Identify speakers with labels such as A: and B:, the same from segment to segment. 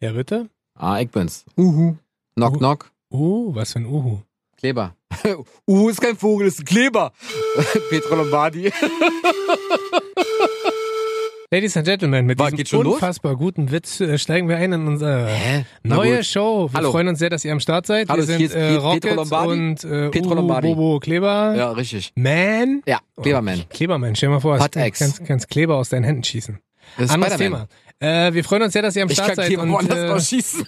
A: Ja, bitte?
B: Ah, ich bin's. Uhu. Knock,
A: Uhu.
B: knock.
A: Uh, was für ein Uhu.
B: Kleber.
A: Uh,
B: Uhu ist kein Vogel, ist ein Kleber. Petro Lombardi.
A: Ladies and Gentlemen, mit
B: Was, geht's
A: diesem
B: schon los?
A: unfassbar guten Witz äh, steigen wir ein in unsere
B: Hä? Na
A: neue
B: gut.
A: Show. Wir
B: Hallo.
A: freuen uns sehr, dass ihr am Start seid.
B: Hallo,
A: wir sind
B: hier ist
A: äh,
B: Piet-
A: Rocket
B: Pietro Lombardi.
A: und äh,
B: Pietro
A: Uhu,
B: Lombardi.
A: Bobo Kleber.
B: Ja, richtig.
A: Man.
B: Ja, Kleberman.
A: Klebermann, stell dir mal vor, du
B: Hot-Ex.
A: kannst, kannst Kleber aus deinen Händen schießen.
B: Das ist
A: Anderes Thema.
B: Spider-Man.
A: Äh, wir freuen uns sehr, dass ihr am
B: Ich
A: Start
B: kann
A: seid.
B: Kleber
A: und,
B: woanders
A: äh,
B: rausschießen.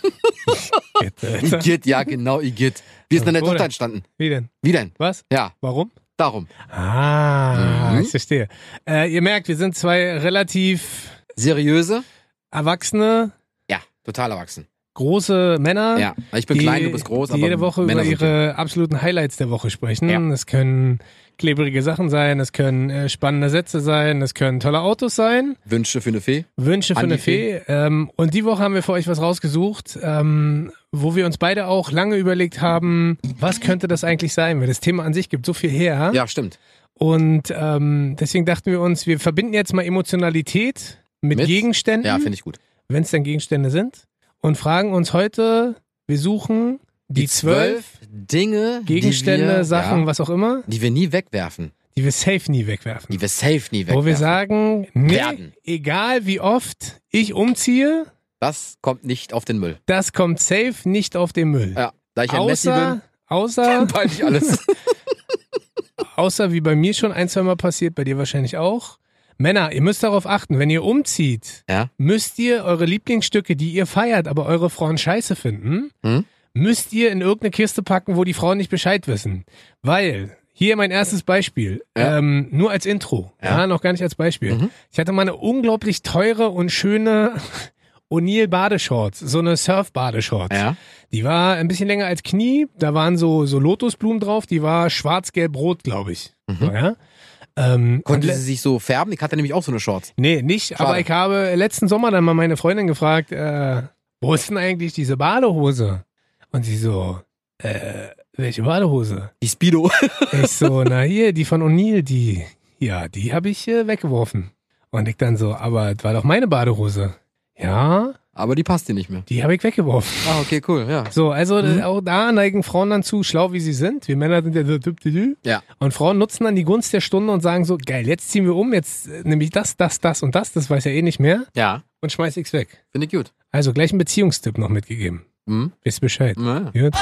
A: Alter.
B: Igitt, ja, genau, Igitt. Wir sind in der
A: Bruder.
B: Tochter entstanden.
A: Wie denn?
B: Wie denn?
A: Was?
B: Ja,
A: Warum?
B: darum.
A: Ah,
B: Mhm.
A: ich verstehe. Äh, ihr merkt, wir sind zwei relativ
B: Seriöse?
A: erwachsene,
B: Ja, total erwachsen.
A: große Männer.
B: Ja, ich bin
A: die-
B: klein, du bist groß,
A: die
B: aber
A: jede Woche
B: Männer
A: über
B: sind wir.
A: ihre absoluten Highlights der Woche sprechen.
B: Ja.
A: Es können klebrige Sachen sein, es können äh, spannende Sätze sein, es können tolle Autos sein.
B: Wünsche für eine Fee?
A: Wünsche für
B: An die
A: eine Fee. Ähm, und die Woche haben wir für euch was rausgesucht, ähm, wo wir uns beide auch lange überlegt haben, was könnte das eigentlich sein? Weil das Thema an sich gibt so viel her.
B: Ja, stimmt.
A: Und ähm, deswegen dachten wir uns, wir verbinden jetzt mal Emotionalität mit,
B: Mit?
A: Gegenständen,
B: Ja, finde ich gut.
A: wenn es denn Gegenstände sind, und fragen uns heute, wir suchen die, zwölf
B: Dinge,
A: Gegenstände,
B: die wir,
A: Sachen,
B: ja,
A: was auch immer,
B: die wir nie wegwerfen,
A: die wir safe nie wegwerfen.
B: die wir safe nie wegwerfen.
A: Wo wir sagen, nee,
B: Werden.
A: egal wie oft ich umziehe,
B: das kommt nicht auf den Müll.
A: Das kommt safe nicht auf den Müll.
B: Ja, da ich ein Messi
A: außer,
B: bin,
A: außer,
B: behalte ich alles.
A: außer wie bei mir schon ein, zwei Mal passiert, bei dir wahrscheinlich auch. Männer, ihr müsst darauf achten, wenn ihr umzieht,
B: Ja.
A: müsst ihr eure Lieblingsstücke, die ihr feiert, aber eure Frauen scheiße finden,
B: Hm?
A: müsst ihr in irgendeine Kiste packen, wo die Frauen nicht Bescheid wissen. Weil, hier mein erstes Beispiel,
B: Ja.
A: ähm, nur als Intro, ja.
B: Ja.
A: noch gar nicht als Beispiel.
B: Mhm.
A: Ich hatte mal eine unglaublich teure und schöne O'Neill-Badeshorts, so eine Surf-Badeshorts.
B: Ja,
A: Die war ein bisschen länger als Knie. Da waren so, so Lotusblumen drauf. Die war schwarz-gelb-rot, glaube ich. So, ja? ähm, und
B: Mhm. konnte
A: le-
B: sie sich so färben? Ich hatte nämlich auch so eine Shorts.
A: nee, nicht. Aber
B: Schade.
A: ich habe letzten Sommer dann mal meine Freundin gefragt, äh, wo ist denn eigentlich diese Badehose? Und sie so, äh, welche Badehose?
B: Die Speedo.
A: Ich so, na hier, die von O'Neill, die, ja, die habe ich äh, weggeworfen. Und ich dann so, aber das war doch meine Badehose. Ja,
B: Aber die passt dir nicht mehr.
A: die habe ich weggeworfen.
B: Ah, okay, cool, ja.
A: So, also
B: Mhm.
A: äh, auch da neigen Frauen dann zu, schlau wie sie sind. Wir Männer sind ja so düp, düp, düp.
B: Ja.
A: Und Frauen nutzen dann die Gunst der Stunde und sagen so, geil, jetzt ziehen wir um, jetzt äh, nehme ich das, das, das und das, das weiß ja eh nicht mehr
B: Ja,
A: und schmeiß ich's weg.
B: finde ich gut.
A: Also gleich einen Beziehungstipp noch mitgegeben.
B: Hm?
A: Wisst Bescheid.
B: Ja.
A: Gut.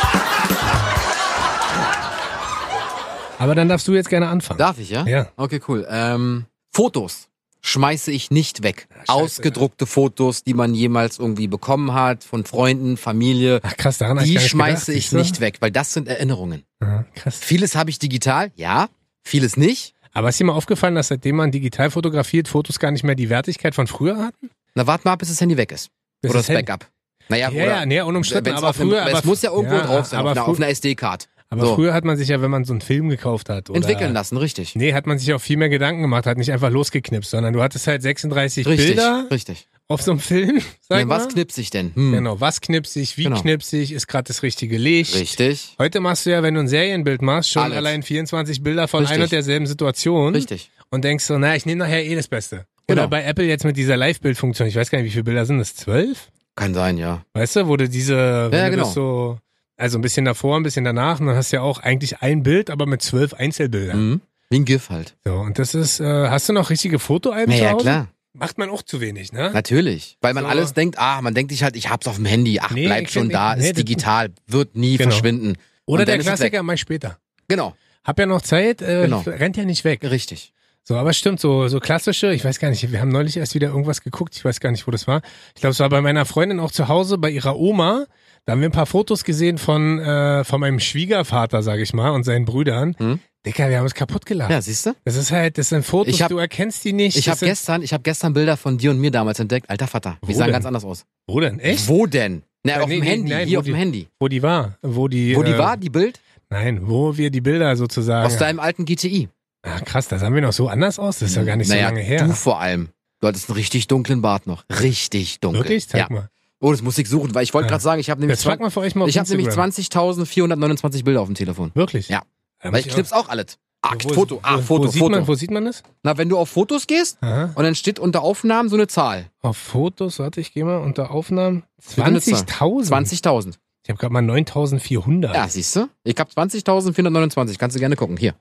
A: Aber dann darfst du jetzt gerne anfangen.
B: Darf ich, ja?
A: Ja.
B: Okay, cool. Ähm, Fotos schmeiße ich nicht weg. Ausgedruckte Fotos, die man jemals irgendwie bekommen hat, von Freunden, Familie,
A: Ach krass, daran hab ich
B: die
A: gar nicht
B: schmeiße
A: gedacht,
B: ich
A: siehst du?
B: nicht weg, weil das sind Erinnerungen.
A: Ja, krass.
B: Vieles habe ich digital, ja, vieles nicht.
A: Aber ist dir mal aufgefallen, dass seitdem man digital fotografiert, Fotos gar nicht mehr die Wertigkeit von früher hatten?
B: Na, warte mal, ab, bis das Handy weg ist.
A: Bis
B: oder
A: das
B: das
A: Handy-
B: Backup. Naja,
A: Ja,
B: oder
A: ja, nee, unumstritten,
B: wenn's
A: aber
B: auf einem-
A: früher-
B: weil
A: aber
B: es muss ja irgendwo
A: ja,
B: drauf sein,
A: aber
B: auf einer,
A: frü-
B: auf einer SD-Card.
A: Aber
B: So.
A: früher hat man sich ja, wenn man so einen Film gekauft hat, oder
B: Entwickeln lassen, richtig.
A: Nee, hat man sich auch viel mehr Gedanken gemacht, hat nicht einfach losgeknipst, sondern du hattest halt 36
B: Richtig,
A: Bilder
B: richtig.
A: auf so einem Film. Sag
B: Nee, was
A: mal.
B: knipse ich denn? Hm.
A: Genau, was knipsig, wie
B: Genau.
A: knipsig, ist gerade das richtige Licht.
B: Richtig,
A: Heute machst du ja, wenn du ein Serienbild machst, schon
B: Alles.
A: allein 24 Bilder von
B: Richtig.
A: einer und derselben Situation
B: richtig.
A: und denkst so, na, ich nehme nachher eh das Beste. Oder
B: Genau.
A: bei Apple jetzt mit dieser Live-Bild-Funktion, ich weiß gar nicht, wie viele Bilder sind das? Zwölf?
B: Kann sein, ja.
A: Weißt du, wo du diese, wenn du
B: genau.
A: das so, also ein bisschen davor, ein bisschen danach, und dann hast du ja auch eigentlich ein Bild, aber mit zwölf Einzelbildern.
B: Hm. Wie ein GIF halt.
A: So, und das ist, äh, hast du noch richtige Fotoalben? zu
B: Naja,
A: Hause?
B: klar.
A: Macht man auch zu wenig, ne?
B: Natürlich, weil man
A: So.
B: alles denkt, ah, man denkt sich halt, ich hab's auf dem Handy, ach,
A: Nee,
B: bleibt
A: ich
B: schon
A: kenn-
B: da,
A: nee, das-
B: ist digital, wird nie
A: Genau.
B: verschwinden.
A: Oder
B: Und
A: der
B: dann ist es weg.
A: Klassiker, mach ich später.
B: Genau,
A: Hab ja noch Zeit, äh,
B: Genau.
A: rennt ja nicht weg.
B: richtig.
A: So, aber stimmt, so, so klassische, ich weiß gar nicht, wir haben neulich erst wieder irgendwas geguckt, ich weiß gar nicht, wo das war. Ich glaube, es war bei meiner Freundin auch zu Hause, bei ihrer Oma. Da haben wir ein paar Fotos gesehen von, äh, von meinem Schwiegervater, sage ich mal, und seinen Brüdern.
B: Hm.
A: Dicker, wir haben uns kaputt gelacht.
B: Ja, siehst du?
A: Das ist halt, das sind Fotos,
B: Ich hab-
A: du erkennst die nicht.
B: Ich
A: Das
B: habe
A: sind-
B: gestern, ich hab gestern Bilder von dir und mir damals entdeckt. Alter Vater,
A: Wo
B: wir sahen
A: denn?
B: ganz anders aus.
A: Wo denn? Echt?
B: Wo denn? Na,
A: Äh,
B: auf
A: nee,
B: dem
A: nee,
B: Handy,
A: nein, wo
B: hier auf dem
A: die-
B: Handy.
A: Wo die war? Wo die,
B: Wo die
A: äh, ah,
B: war, die Bild?
A: Nein, wo wir die Bilder sozusagen.
B: Aus deinem alten GTI.
A: Ah, krass, da sahen wir noch so anders aus. Das ist ja gar nicht
B: naja,
A: so lange her.
B: du vor allem. Du hattest einen richtig dunklen Bart noch. Richtig dunkel.
A: Wirklich? Zeig
B: Ja.
A: mal. Ah.
B: Oh, das muss ich suchen, weil ich wollte
A: Ja.
B: gerade sagen, ich habe nämlich,
A: Jetzt frag mal für euch mal auf
B: ich hab nämlich
A: Instagram.
B: 20.429 Bilder auf dem Telefon.
A: Wirklich?
B: Ja.
A: Da
B: Weil
A: muss
B: ich
A: ich
B: knips auch alles. Akt,
A: Wo-
B: Foto, ah,
A: wo,
B: Foto,
A: wo sieht
B: Foto.
A: Man, wo sieht man das?
B: Na, wenn du auf Fotos gehst
A: Aha.
B: und dann steht unter Aufnahmen so eine Zahl.
A: Auf Fotos, warte, ich gehe mal unter Aufnahmen.
B: Benutzer.
A: 20.000.
B: 20.000.
A: Ich habe gerade mal 9.400.
B: Ja, siehst du? Ich hab 20.429. Kannst du gerne gucken. Hier.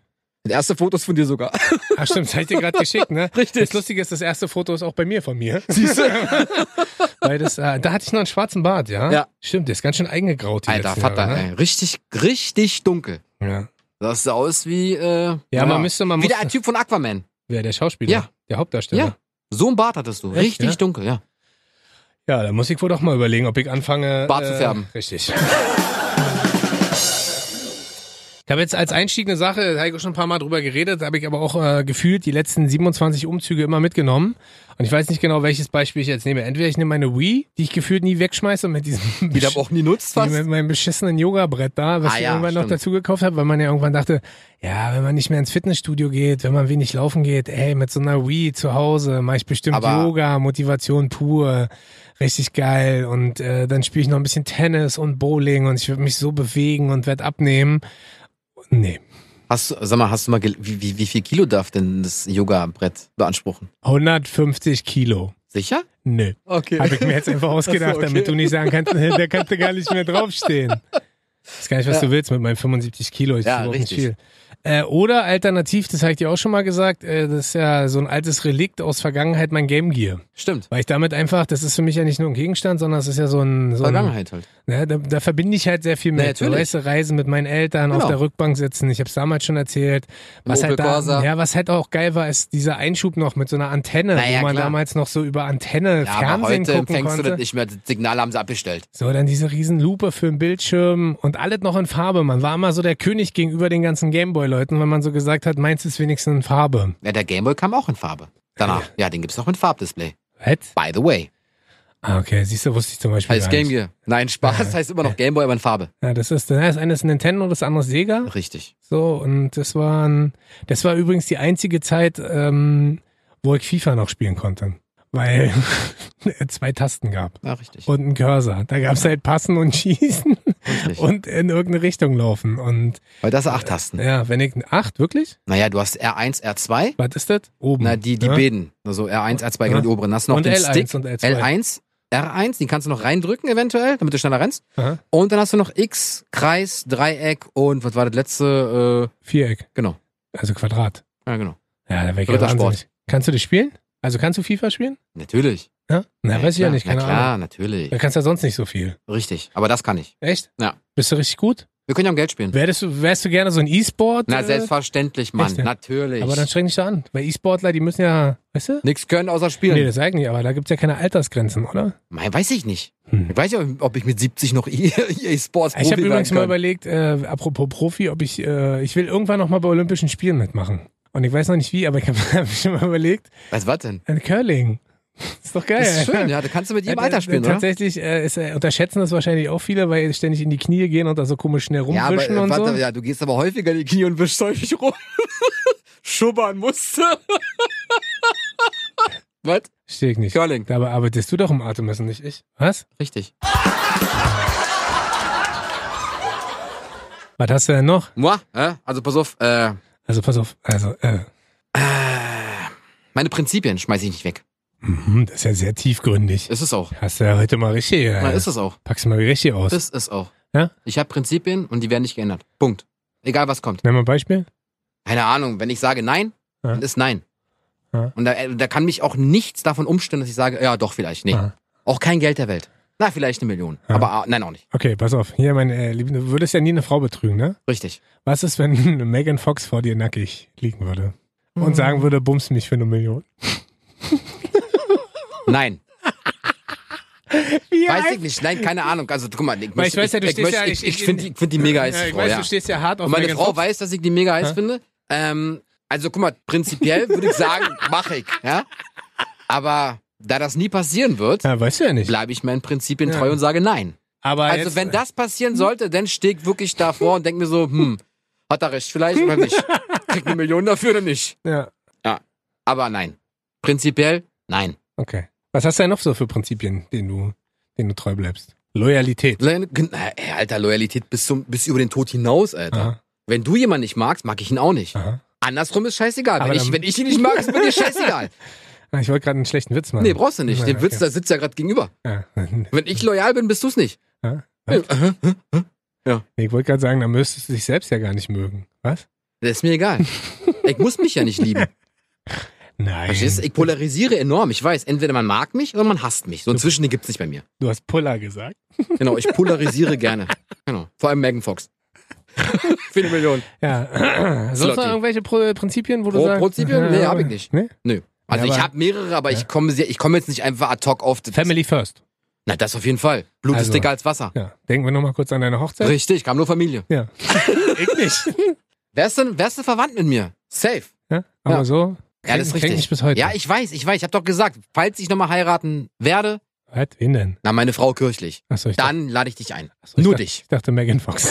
B: Das erste Fotos von dir sogar.
A: Ach stimmt, das hab ich dir gerade geschickt, ne?
B: Richtig.
A: Das Lustige ist, das erste Foto ist auch bei mir von mir. Siehst du? Weil das, äh, da hatte ich noch einen schwarzen Bart, ja?
B: Ja.
A: Stimmt, der ist ganz schön eingegraut. Die
B: Alter,
A: letzten
B: Vater,
A: Jahre,
B: ey. Richtig, richtig dunkel.
A: ne? Ja.
B: Das sah aus wie, äh,
A: Ja, man müsste, man
B: wie
A: muss.
B: der Typ von Aquaman.
A: Wer, der Schauspieler?
B: Ja.
A: Der Hauptdarsteller?
B: Ja. So ein Bart hattest du.
A: Echt,
B: richtig
A: ja?
B: dunkel, ja.
A: Ja, da muss ich wohl doch mal überlegen, ob ich anfange.
B: Bart zu färben.
A: Äh, richtig. Ich habe jetzt als Einstieg eine Sache, da habe ich auch schon ein paar Mal drüber geredet, habe ich aber auch äh, gefühlt die letzten 27 Umzüge immer mitgenommen. Und ich weiß nicht genau, welches Beispiel ich jetzt nehme. Entweder ich nehme meine Wii, die ich gefühlt nie wegschmeiße mit diesem
B: Die du aber auch nie nutzt
A: Die mit
B: fast.
A: meinem beschissenen Yoga-Brett da, was
B: Ah
A: ich
B: ja,
A: irgendwann noch
B: stimmt.
A: dazu gekauft habe, weil man ja irgendwann dachte, ja, wenn man nicht mehr ins Fitnessstudio geht, wenn man wenig laufen geht, ey, mit so einer Wii zu Hause mache ich bestimmt
B: Aber-
A: Yoga, Motivation pur, richtig geil und äh, dann spiele ich noch ein bisschen Tennis und Bowling und ich würde mich so bewegen und werde abnehmen. Nee,
B: Hast du, sag mal, hast du mal, gel- wie, wie, wie viel Kilo darf denn das Yoga-Brett beanspruchen?
A: 150 Kilo.
B: Sicher?
A: Nö,
B: Okay.
A: habe ich mir jetzt einfach ausgedacht,
B: Ach so, okay.
A: damit du nicht sagen kannst, äh, der könnte gar nicht mehr draufstehen. Ich weiß gar nicht, was du willst mit meinen 75 Kilo. Ist
B: Ja,
A: überhaupt
B: richtig.
A: Nicht viel. Äh, oder alternativ, das habe ich dir auch schon mal gesagt, äh, das ist ja so ein altes Relikt aus Vergangenheit, mein Game Gear.
B: Stimmt.
A: Weil ich damit einfach, das ist für mich ja nicht nur ein Gegenstand, sondern es ist ja so ein... So ein
B: Vergangenheit halt.
A: ne, da, da verbinde ich halt sehr viel
B: Na,
A: mit.
B: natürlich.
A: weißt du, Reisen mit meinen Eltern, auf
B: Genau.
A: der Rückbank sitzen, ich habe es damals schon erzählt. Was
B: Opel
A: halt, da,
B: Corsa.
A: ja, was halt auch geil war, ist dieser Einschub noch mit so einer Antenne,
B: Na ja,
A: wo man
B: klar.
A: damals noch so über Antenne
B: Ja, aber
A: Fernsehen
B: heute
A: gucken
B: empfängst
A: konnte.
B: du das nicht mehr. Das Signal haben sie abgestellt.
A: So, dann diese riesen Lupe für den Bildschirm und alles noch in Farbe. Man war immer so der König gegenüber den ganzen Gameboy-Leuten, wenn man so gesagt hat, meins ist wenigstens in Farbe.
B: Ja, der Gameboy kam auch in Farbe. Danach. Ja, den gibt's noch mit Farbdisplay.
A: Was?
B: By the way.
A: Ah, okay, siehst du, wusste ich zum Beispiel
B: Heißt
A: gar
B: Game
A: nicht.
B: Gear. Nein, Spaß heißt immer noch Gameboy, aber in Farbe.
A: Ja, das ist, das eine ist Nintendo, das andere ist Sega.
B: Richtig.
A: So, und das waren, das war übrigens die einzige Zeit, ähm, wo ich FIFA noch spielen konnte. Weil es zwei Tasten gab
B: Ja, richtig.
A: und einen Cursor. Da gab es halt passen und schießen
B: richtig.
A: und in irgendeine Richtung laufen. Und
B: Weil das sind acht Tasten.
A: ja, wenn ich, acht, wirklich?
B: Naja, du hast R1, R2.
A: Was ist das? Oben.
B: Na, die, die
A: Hm. ja?
B: Bäden. Also R1, R2, genau
A: Ja.
B: die oberen. Dann Hast du noch
A: Und
B: den
A: L1
B: Stick.
A: und L2.
B: L1, R1, den kannst du noch reindrücken eventuell, damit du schneller rennst.
A: Aha.
B: Und dann hast du noch X, Kreis, Dreieck und was war das letzte? Äh,
A: Viereck,
B: genau.
A: also Quadrat.
B: Ja, genau.
A: Ja, da wäre ich ja
B: Rittersport.
A: wahnsinnig. Kannst du das spielen? Also kannst du FIFA spielen?
B: Natürlich.
A: Ja? Na, weiß ich ja
B: klar.
A: nicht, keine
B: Na klar,
A: Ahnung.
B: natürlich.
A: Du kannst ja sonst nicht so viel.
B: Richtig. Aber das kann ich.
A: Echt?
B: Ja.
A: Bist du richtig gut?
B: Wir können ja um Geld spielen.
A: Wärst du, wärst du gerne so ein E-Sport?
B: Na,
A: äh,
B: selbstverständlich, Mann.
A: Echt, ja?
B: Natürlich.
A: Aber dann streng dich da an. Weil E-Sportler, die müssen ja, weißt du?
B: Nix können außer spielen.
A: Nee, das eigentlich, aber da gibt's ja keine Altersgrenzen, oder?
B: Mei, weiß ich nicht.
A: Hm.
B: Ich weiß ja, ob ich mit 70 noch EA Sports
A: Ich habe
B: Profi
A: übrigens
B: werden
A: mal
B: kann.
A: überlegt, äh, apropos Profi, ob ich, äh, ich will irgendwann nochmal bei Olympischen Spielen mitmachen. Und ich weiß noch nicht wie, aber ich habe hab schon mal überlegt,
B: Was war denn?
A: ein Curling. Ist doch geil. Äh,
B: Das ist schön, ja. Da kannst du mit jedem Alter spielen, oder?
A: Tatsächlich äh, ist, äh, unterschätzen das wahrscheinlich auch viele, weil ständig in die Knie gehen und da so komisch schnell
B: Ja, aber,
A: rumwischen
B: äh,
A: und
B: warte,
A: so.
B: ja, du gehst aber häufiger in die Knie und wischst häufig rum. Schubbern musste. Was?
A: Steh ich nicht.
B: Curling.
A: Dabei arbeitest du doch im Atemmessen, nicht ich. Was?
B: Richtig.
A: Was hast du denn noch?
B: Moi, äh? also pass auf, äh,
A: Also pass auf, also, äh,
B: meine Prinzipien schmeiße ich nicht weg.
A: mhm, das ist ja sehr tiefgründig.
B: Ist es auch.
A: Hast du ja heute mal richtig,
B: Na,
A: äh,
B: ist es auch.
A: packst du mal richtig aus.
B: Ist es auch.
A: Ja?
B: Ich habe Prinzipien und die werden nicht geändert. Punkt. Egal was kommt.
A: Nenn mal ein Beispiel.
B: Keine Ahnung, wenn ich sage nein,
A: Ja.
B: dann ist nein.
A: Ja.
B: Und da, äh, da kann mich auch nichts davon umstellen, dass ich sage, ja doch, vielleicht. Nee.
A: Ja.
B: Auch kein Geld der Welt. Na, vielleicht eine Million.
A: Ja.
B: Aber ah, nein, auch nicht.
A: Okay, pass auf. Hier, mein äh, Lieben, du würdest ja nie eine Frau betrügen, ne?
B: Richtig.
A: Was ist, wenn Megan Fox vor dir nackig liegen würde? Und
B: Mhm.
A: sagen würde, bumst mich für eine Million.
B: Nein.
A: Wie
B: Weiß ich nicht. Nein, keine Ahnung. Also guck mal, ich,
A: Weil ich
B: möchte-
A: weiß ja, du
B: ich,
A: stehst
B: möchte-
A: ja-
B: ich,
A: ich-
B: ich finde ich find die mega heiß.
A: Ja, ich
B: Frau,
A: weiß,
B: ja.
A: du stehst ja hart auf
B: Und meine
A: Megan
B: Frau
A: Fox.
B: weiß, dass ich die mega heiß finde. Ähm, also guck mal, prinzipiell würde ich sagen, mach ich. Ja? Aber da das nie passieren wird,
A: Ja, weißt du ja nicht.
B: bleibe ich meinen Prinzipien
A: Ja.
B: treu und sage nein.
A: Aber
B: Also
A: jetzt,
B: wenn das passieren sollte, dann stehe ich wirklich davor und denke mir so, hm, hat er recht vielleicht oder nicht? Krieg eine Million dafür oder nicht?
A: Ja,
B: Aber nein. Prinzipiell nein.
A: okay. Was hast du denn noch so für Prinzipien, denen du, denen du treu bleibst? Loyalität.
B: Le- Na, ey, Alter, Loyalität bis, zum, bis über den Tod hinaus, Alter.
A: Aha,
B: Wenn du jemanden nicht magst, mag ich ihn auch nicht.
A: aha.
B: Andersrum ist scheißegal.
A: Aber
B: Wenn ich,
A: dann-
B: wenn ich die nicht mag, ist mir die scheißegal.
A: Ah, Ich wollte gerade einen schlechten Witz machen.
B: Nee, brauchst du nicht.
A: Nein,
B: Den Witz,
A: okay.
B: da sitzt ja gerade gegenüber.
A: ja.
B: Wenn ich loyal bin, bist du's nicht.
A: Ja.
B: Ja, aha.
A: Nee, Ich wollte gerade sagen, dann müsstest du dich selbst ja gar nicht mögen. Was?
B: Das ist mir egal. Ich muss mich ja nicht lieben.
A: Nein.
B: Verstehst du? Ich polarisiere enorm. Ich weiß, entweder man mag mich oder man hasst mich. So ein Zwischending gibt's nicht bei mir.
A: Du hast Puller gesagt.
B: Genau, ich polarisiere gerne. Genau. Vor allem Megan Fox. Viele Millionen.
A: Ja. Sonst
B: Slotty.
A: noch irgendwelche Pro Prinzipien, wo du
B: Pro-
A: sagst? äh,
B: Prinzipien? Nee, hab ich nicht.
A: Nee?
B: Nö. Also
A: Ja,
B: ich
A: aber-
B: habe mehrere, aber ich komme sehr, ich komme jetzt nicht einfach ad hoc auf. das-
A: Family first.
B: Na, das auf jeden Fall. Blut
A: Also.
B: ist dicker als Wasser.
A: Ja. Denken wir nochmal kurz an deine Hochzeit.
B: Richtig, kam nur Familie.
A: Ja. ich nicht.
B: Wer ist denn, wer ist denn verwandt mit mir? Safe.
A: Ja? Aber
B: Ja.
A: so.
B: Ja, das
A: kränkt-
B: ist
A: kränkt
B: richtig.
A: mich bis heute.
B: Ja, ich weiß, ich weiß. Ich habe doch gesagt, falls ich nochmal heiraten werde,
A: Was? Wen denn?
B: na, meine Frau kirchlich,
A: Achso, ich
B: dann lade ich dich ein.
A: Achso, ich
B: Nur
A: dachte-
B: dich.
A: Ich dachte Megan Fox.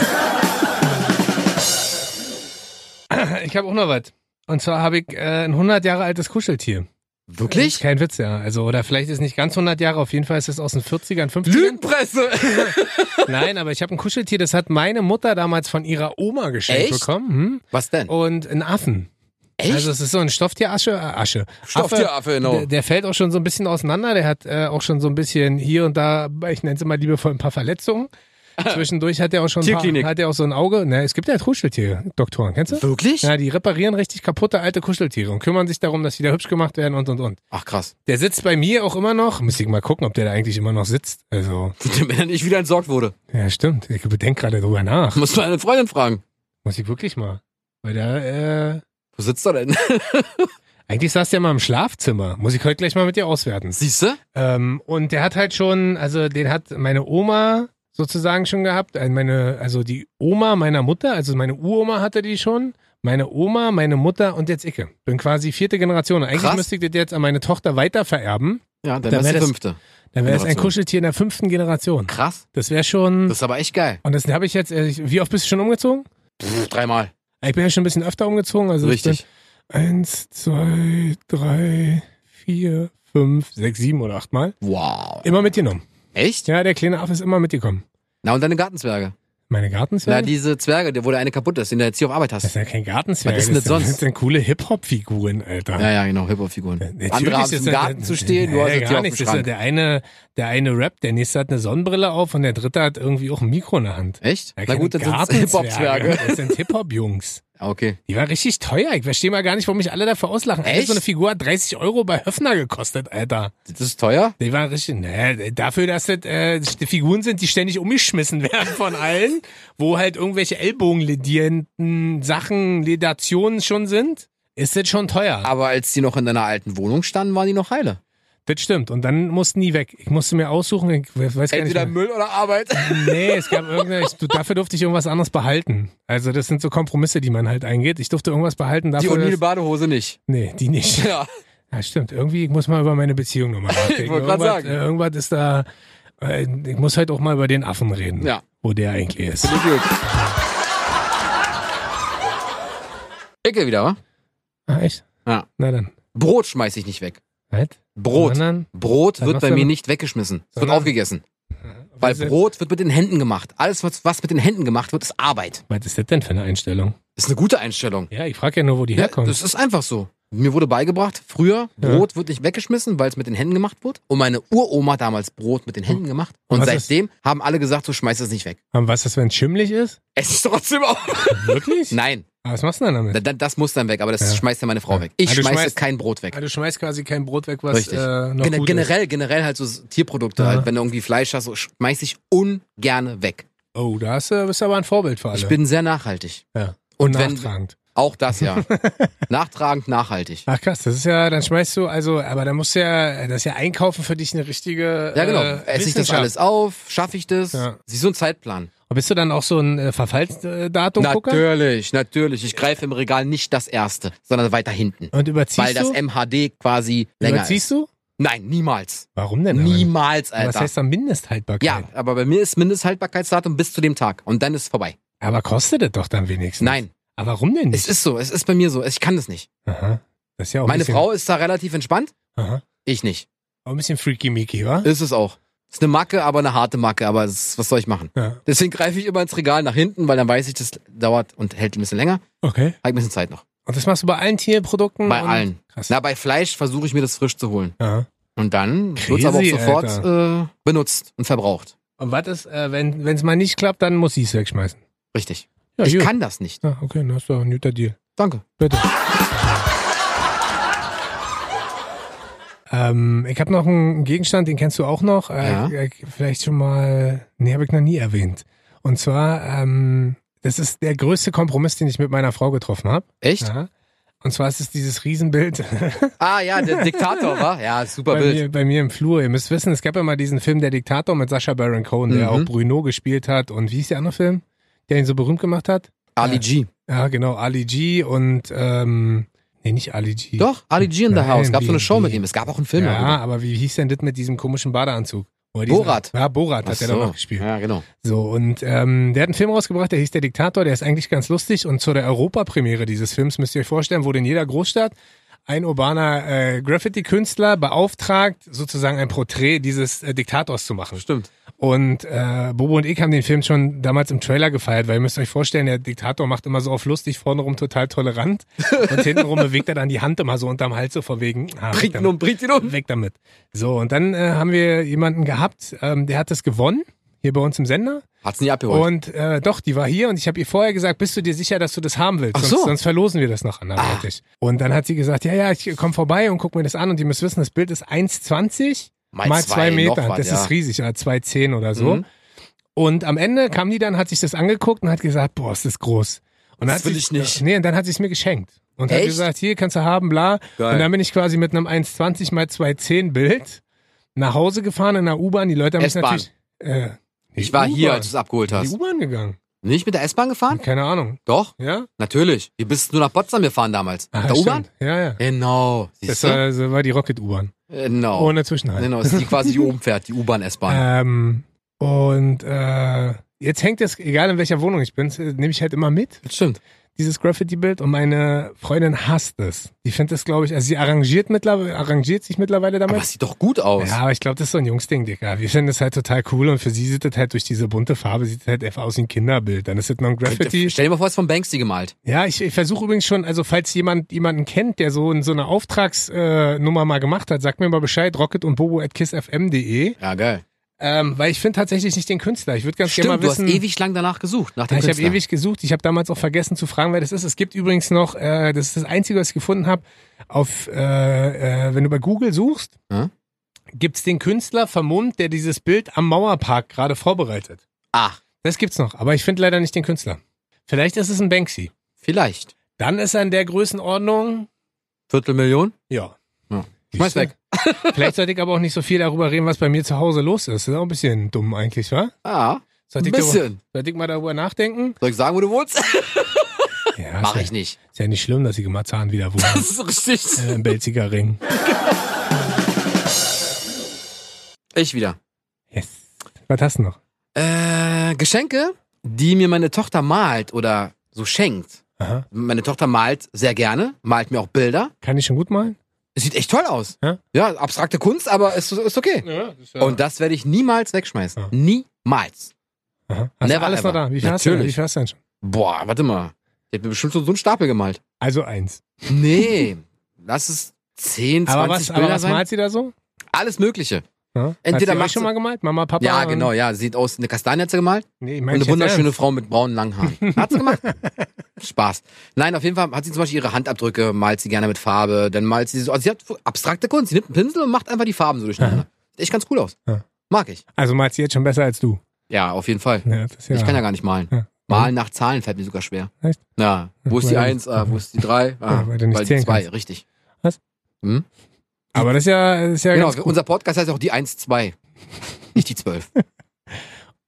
A: ich habe auch noch was. Und zwar habe ich äh, ein 100 Jahre altes Kuscheltier.
B: Wirklich?
A: Kein Witz, ja. Also, oder vielleicht ist nicht ganz 100 Jahre, auf jeden Fall ist es aus den 40ern, 50ern.
B: Lügenpresse!
A: Nein, aber ich habe ein Kuscheltier, das hat meine Mutter damals von ihrer Oma geschenkt
B: Echt?
A: bekommen.
B: Was
A: Hm?
B: denn?
A: Und einen Affen.
B: Echt?
A: Also es ist so ein Stofftier-Asche. Äh, Asche.
B: Stofftieraffe, genau.
A: Der, der fällt auch schon so ein bisschen auseinander. Der hat äh, auch schon so ein bisschen hier und da, ich nenne es immer liebevoll, ein paar Verletzungen. Zwischendurch hat er auch schon ein
B: Tierklinik.
A: Paar, hat er auch so ein Auge. Na, es gibt ja Kuscheltier-Doktoren, kennst du?
B: Wirklich?
A: Ja, die reparieren richtig kaputte alte Kuscheltiere und kümmern sich darum, dass die wieder hübsch gemacht werden und und und.
B: Ach krass.
A: Der sitzt bei mir auch immer noch. Müsste ich mal gucken, ob der da eigentlich immer noch sitzt. Also,
B: Wenn er nicht wieder entsorgt wurde,
A: ja, stimmt. Ich bedenke gerade drüber nach.
B: muss man eine Freundin fragen.
A: Muss ich wirklich mal. Weil da, äh,
B: Wo sitzt er denn?
A: eigentlich saß der mal im Schlafzimmer. Muss ich heute gleich mal mit dir auswerten.
B: Siehst du?
A: Ähm, und der hat halt schon, also den hat meine Oma sozusagen schon gehabt. Äh, Meine, also die Oma meiner Mutter, also meine Uroma hatte die schon. Meine Oma, meine Mutter und jetzt Icke. Bin quasi vierte Generation. Eigentlich
B: Krass.
A: müsste ich das jetzt an meine Tochter weiter vererben.
B: Ja, dann
A: wär
B: wärst du
A: das-
B: fünfte.
A: Dann wäre es ein
B: Generation.
A: Kuscheltier in der fünften Generation.
B: Krass.
A: Das wäre schon.
B: Das ist aber echt geil.
A: und das habe ich jetzt. äh, ich- Wie oft bist du schon umgezogen?
B: Pff, dreimal.
A: Ich bin ja schon ein bisschen öfter umgezogen. Also ich
B: Richtig.
A: bin Eins, zwei, drei, vier, fünf, sechs, sieben oder achtmal.
B: Wow.
A: Immer mitgenommen.
B: Echt?
A: Ja, der kleine Affe ist immer mitgekommen.
B: Na, und deine Gartenzwerge?
A: Meine
B: Na,
A: Gartenzwerge?
B: diese Zwerge, der- wo der eine kaputt ist, den du jetzt hier auf Arbeit
A: das
B: hast.
A: ist ja kein Gartenzwerg.
B: Was ist denn das sonst?
A: Das sind coole Hip-Hop-Figuren, Alter.
B: Ja, ja, genau, Hip-Hop-Figuren. Andere haben im Garten zu stehen, du hast
A: ja,
B: jetzt hier
A: gar
B: auf dem
A: nichts. Das ist ja
B: Schrank.
A: der eine, der eine rappt, der nächste hat eine Sonnenbrille auf und der dritte hat irgendwie auch ein Mikro in der Hand.
B: Echt?
A: Ja,
B: Na
A: keine
B: gut, dann sind
A: Gartenzwerge,
B: Hip-Hop-Zwerge.
A: Das sind Hip-Hop-Jungs.
B: Ah, Okay.
A: Die war richtig teuer. Ich verstehe mal gar nicht, warum mich alle dafür auslachen. Eine
B: Echt?
A: so eine Figur hat 30 Euro bei Höfner gekostet, Alter.
B: Das ist teuer?
A: Die war richtig, ne, dafür, dass das äh, die Figuren sind, die ständig umgeschmissen werden von allen, wo halt irgendwelche ellbogenledierenden Sachen, Ledationen schon sind, ist das schon teuer.
B: Aber als die noch in deiner alten Wohnung standen, waren die noch heile.
A: das stimmt. Und dann mussten die weg. Ich musste mir aussuchen, ich weiß gar nicht.
B: Entweder
A: Mehr.
B: Müll oder Arbeit.
A: Nee, es gab irgendwas, du, dafür durfte ich irgendwas anderes behalten. Also das sind so Kompromisse, die man halt eingeht. Ich durfte irgendwas behalten
B: Die
A: dafür.
B: O'Neill
A: dass,
B: Badehose nicht.
A: nee, die nicht.
B: Ja.
A: Ja, stimmt. Irgendwie, ich muss mal über meine Beziehung nochmal nachdenken.
B: Ich wollte grad
A: irgendwas,
B: sagen.
A: äh, irgendwas ist da. äh, Ich muss halt auch mal über den Affen reden,
B: Ja.
A: wo der eigentlich ist.
B: Finde ich gut. Ecke wieder, wa?
A: Ah, echt?
B: Ja.
A: Na dann.
B: Brot schmeiß ich nicht weg.
A: Was?
B: Brot.
A: Sondern,
B: Brot
A: Was
B: wird bei
A: denn?
B: mir nicht weggeschmissen. Es wird
A: Sondern?
B: aufgegessen. Weil
A: was, ist,
B: Brot wird mit den Händen gemacht. Alles, was was mit den Händen gemacht wird, ist Arbeit.
A: was ist das denn für eine Einstellung?
B: Das ist eine gute Einstellung.
A: Ja, ich frage ja nur, wo die
B: Ja,
A: herkommt.
B: das ist einfach so. Mir wurde beigebracht, früher
A: Ja.
B: Brot wird nicht weggeschmissen, weil es mit den Händen gemacht wird. Und meine Uroma hat damals Brot mit den Händen gemacht. Und
A: Was ist-
B: seitdem haben alle gesagt, du schmeißt es nicht weg.
A: Und was ist, wenn es schimmelig ist?
B: Es ist trotzdem auf.
A: Wirklich?
B: Nein,
A: Ah, was machst du denn damit?
B: da- da- das muss dann weg, aber das
A: Ja.
B: schmeißt ja meine Frau
A: Ja.
B: weg. Ich
A: Ah, du
B: schmeiße
A: schmeißt-
B: kein Brot weg.
A: Ah, du schmeißt quasi kein Brot weg, was
B: Richtig.
A: äh, noch
B: Gene
A: gut ist.
B: generell, generell halt so Tierprodukte,
A: Ja.
B: halt, wenn du irgendwie Fleisch hast, so schmeiß ich ungerne weg.
A: Oh, da hast, du- bist du aber ein Vorbild für alle.
B: Ich bin sehr nachhaltig.
A: ja.
B: Und wenn-
A: nachtragend.
B: Auch das ja. Nachtragend, nachhaltig.
A: Ach krass, das ist ja, dann schmeißt du, also, aber dann musst du ja, das ist ja Einkaufen für dich eine richtige
B: Ja, genau.
A: äh,
B: Esse ich das
A: Wissenschaft.
B: alles auf? Schaffe ich das?
A: Ja.
B: Siehst du einen Zeitplan?
A: Und bist du dann auch so ein äh, Verfallsdatum-Gucker?
B: Natürlich, natürlich. Ich greife im Regal nicht das erste, sondern weiter hinten.
A: Und überziehst
B: weil das
A: du?
B: MHD quasi länger
A: überziehst du?
B: ist. Nein, niemals.
A: Warum denn? aber nicht?
B: Niemals,
A: Aber Was
B: Alter.
A: heißt dann Mindesthaltbarkeit?
B: Ja, aber bei mir ist Mindesthaltbarkeitsdatum bis zu dem Tag und dann ist es vorbei.
A: Aber kostet es doch dann wenigstens.
B: Nein,
A: Aber warum denn
B: es
A: nicht?
B: ist so, es ist bei mir so, ich kann das nicht.
A: Aha. Das ist ja auch ein
B: Meine
A: bisschen,
B: Frau ist da relativ entspannt,
A: Aha.
B: ich nicht.
A: Auch ein bisschen freaky-meaky, wa?
B: Ist es auch. Ist eine Macke, aber eine harte Macke, aber es ist, was soll ich machen?
A: Ja.
B: Deswegen greife ich immer ins Regal nach hinten, weil dann weiß ich, das dauert und hält ein bisschen länger.
A: Okay.
B: Habe ich ein bisschen Zeit noch.
A: Und das machst du bei allen Tierprodukten?
B: Bei
A: und-
B: allen.
A: Krass.
B: Na, bei Fleisch versuche ich mir das frisch zu holen.
A: Ja.
B: Und dann wird's aber auch
A: Crazy,
B: sofort
A: Alter.
B: äh, benutzt und verbraucht.
A: Und was ist, äh, wenn es mal nicht klappt, dann muss ich es wegschmeißen.
B: Richtig.
A: Ja,
B: ich
A: gut.
B: kann das nicht.
A: Na, okay, dann hast du auch ein guter Deal.
B: Danke.
A: Bitte. ähm, ich habe noch einen Gegenstand, den kennst du auch noch. Äh,
B: Ja.
A: äh, Vielleicht schon mal. Nee, habe ich noch nie erwähnt. Und zwar, ähm, das ist der größte Kompromiss, den ich mit meiner Frau getroffen habe.
B: Echt?
A: Ja. Und zwar ist es dieses Riesenbild
B: Ah ja, der Diktator war. Ja, super
A: bei
B: Bild.
A: mir, bei mir im Flur. Ihr müsst wissen, es gab ja mal diesen Film Der Diktator mit Sascha Baron Cohen, der
B: Mhm.
A: auch Bruno gespielt hat. Und wie hieß der andere Film, der ihn so berühmt gemacht hat?
B: Ali G.
A: Ja, genau, Ali G und ähm, nee, nicht Ali G.
B: Doch, Ali G in the
A: Nein,
B: House. Gab so eine
A: die-
B: Show mit
A: die-
B: ihm. Es gab auch einen Film
A: ja,
B: darüber.
A: aber wie hieß denn das mit diesem komischen Badeanzug? Wo er diesen-
B: Borat.
A: Ja, Borat hat
B: Ach
A: er
B: so.
A: doch noch gespielt.
B: Ja, genau.
A: So, und ähm, der hat einen Film rausgebracht, der hieß Der Diktator, der ist eigentlich ganz lustig. Und zu der Europapremiere dieses Films, müsst ihr euch vorstellen, wurde in jeder Großstadt ein urbaner äh, Graffiti-Künstler beauftragt, sozusagen ein Porträt dieses äh, Diktators zu machen.
B: Stimmt.
A: Und äh, Bobo und ich haben den Film schon damals im Trailer gefeiert, weil ihr müsst euch vorstellen, der Diktator macht immer so auf lustig, vornenrum total tolerant und hintenrum bewegt er dann die Hand immer so unterm Hals so vor wegen. Ah, weg
B: Bringt ihn
A: damit,
B: um, bringt ihn um.
A: weg damit. So, und dann äh, haben wir jemanden gehabt, ähm, der hat das gewonnen, hier bei uns im Sender.
B: Hat's nie abgeholt.
A: Und äh, doch, die war hier und ich habe ihr vorher gesagt, bist du dir sicher, dass du das haben willst?
B: Ach
A: sonst,
B: so. Ah.
A: sonst verlosen wir das noch anderweitig. Und dann hat sie gesagt, ja, ja, ich komm vorbei und guck mir das an. Und ihr müsst wissen, das Bild ist 1,20 mal, zwei,
B: noch
A: Meter.
B: was,
A: das
B: ja.
A: ist riesig, oder 2,10 oder so.
B: Mhm.
A: Und am Ende kam die dann, hat sich das angeguckt und hat gesagt, boah, ist das groß. Und
B: Das
A: hat
B: will
A: sie's-
B: ich nicht.
A: Nee, und dann hat sie es mir geschenkt. Und hat
B: Echt?
A: gesagt, hier kannst du haben, bla.
B: Geil.
A: Und dann bin ich quasi mit einem 1,20 mal 2,10 Bild nach Hause gefahren in der U-Bahn. Die Leute haben mich
B: S-Bahn.
A: natürlich. Äh, die
B: Ich war hier,
A: U-Bahn.
B: als du es abgeholt
A: In die
B: hast.
A: U-Bahn gegangen.
B: Nicht mit der S-Bahn gefahren?
A: Keine Ahnung.
B: Doch,
A: Ja?
B: natürlich. Du bist nur nach Potsdam gefahren damals.
A: Ah,
B: Mit der
A: stimmt.
B: U-Bahn?
A: Ja, ja.
B: Genau.
A: Das
B: Siehst
A: war,
B: du?
A: also war die Rocket-U-Bahn.
B: Genau.
A: Ohne Zwischenhalt.
B: Genau, das ist die quasi die oben fährt, die U-Bahn-S-Bahn.
A: Ähm, und äh, jetzt hängt es, egal in welcher Wohnung ich bin, das, äh, nehme ich halt immer mit,
B: Das Stimmt.
A: dieses Graffiti-Bild. Und meine Freundin hasst es. Die findet es, glaube ich, also sie arrangiert, mittlerweile, arrangiert sich mittlerweile
B: Aber
A: damit.
B: das sieht doch gut aus.
A: Ja, aber ich glaube, das ist so ein Jungsding, Digga. Wir finden das halt total cool und für sie sieht das halt durch diese bunte Farbe, sieht das halt einfach aus wie ein Kinderbild. Dann ist das noch ein Graffiti.
B: Stell dir mal vor, es ist von Banksy gemalt.
A: Ja, ich, ich versuche übrigens schon, also falls jemand jemanden kennt, der so, so eine Auftragsnummer äh, Nummer mal gemacht hat, sagt mir mal Bescheid, rocket und bobo at kissfm.de.
B: Ja, geil.
A: Ähm, weil ich finde tatsächlich nicht den Künstler. Ich würde ganz gerne
B: Stimmt,
A: mal
B: du hast eh
A: wissen.
B: ewig lang danach gesucht, nach dem
A: Ja, ich habe
B: Künstler.
A: ewig gesucht. Ich habe damals auch vergessen zu fragen, wer das ist. Es gibt übrigens noch, äh, das ist das Einzige, was ich gefunden habe, auf äh, äh, wenn du bei Google suchst,
B: Ja.
A: gibt's den Künstler vermummt, der dieses Bild am Mauerpark gerade vorbereitet.
B: Ach,
A: Das gibt's noch, aber ich finde leider nicht den Künstler. Vielleicht ist es ein Banksy.
B: vielleicht.
A: Dann ist er in der Größenordnung.
B: Viertelmillion?
A: Ja.
B: Ja. Schmeiß weg.
A: Vielleicht sollte ich aber auch nicht so viel darüber reden, was bei mir zu Hause los ist. Das ist auch ein bisschen dumm eigentlich, wa?
B: Ah,
A: Sollte
B: ein
A: ich, darüber,
B: bisschen.
A: sollte ich mal darüber nachdenken?
B: Soll ich sagen, wo du wohnst?
A: Ja,
B: Mach
A: ist,
B: ich
A: ja,
B: nicht.
A: ist ja nicht schlimm, dass ich im Marzahn wieder wohne.
B: Das ist richtig.
A: äh, Im Belziger Ring.
B: Ich wieder.
A: Yes. Was hast du noch?
B: Äh, Geschenke, die mir meine Tochter malt oder so schenkt.
A: Aha.
B: Meine Tochter malt sehr gerne, malt mir auch Bilder.
A: Kann ich schon gut malen?
B: Es sieht echt toll aus.
A: Ja?
B: abstrakte Kunst, aber ist, ist okay.
A: Ja, das ist ja
B: Und das werde ich niemals wegschmeißen.
A: Ja.
B: Niemals.
A: Aha. Hast du
B: Never
A: alles
B: ever.
A: noch da? Wie viel, hast du denn?
B: Natürlich.
A: Wie viel hast du denn schon?
B: Boah, warte mal. Die hat mir bestimmt so, so einen Stapel gemalt.
A: Also eins.
B: Nee, lass es 10, 20
A: Aber was,
B: Bilder
A: aber was
B: sein.
A: malst du da so?
B: Alles Mögliche.
A: Ja? Hast du
B: Entweder
A: euch
B: machst
A: schon
B: du-
A: mal gemalt? Mama, Papa?
B: Ja,
A: und-
B: genau, ja. Sieht aus, eine Kastanie hat sie gemalt.
A: Nee,
B: Und eine wunderschöne Frau mit braunen langen Haaren. Hat sie gemacht? Spaß. Nein, auf jeden Fall hat sie zum Beispiel ihre Handabdrücke, malt sie gerne mit Farbe, dann malt sie so. Also sie hat abstrakte Kunst. Sie nimmt einen Pinsel und macht einfach die Farben so durcheinander. Sieht echt ganz cool aus.
A: Ja.
B: Mag ich.
A: Also malst du jetzt schon besser als du.
B: Ja, auf jeden Fall.
A: Ja, das ist ja
B: Ich kann ja gar nicht malen.
A: Ja.
B: Malen nach Zahlen fällt mir sogar schwer.
A: Echt?
B: Na, wo ist die
A: Weil-
B: Eins? Ah, wo ist die Drei? Ah,
A: Ja, weil du nicht
B: die
A: zählen
B: zwei,
A: kannst.
B: richtig.
A: aber das ist ja, das ist ja
B: Genau,
A: ganz gut.
B: unser Podcast heißt auch die Eins, zwei. Nicht die Zwölf.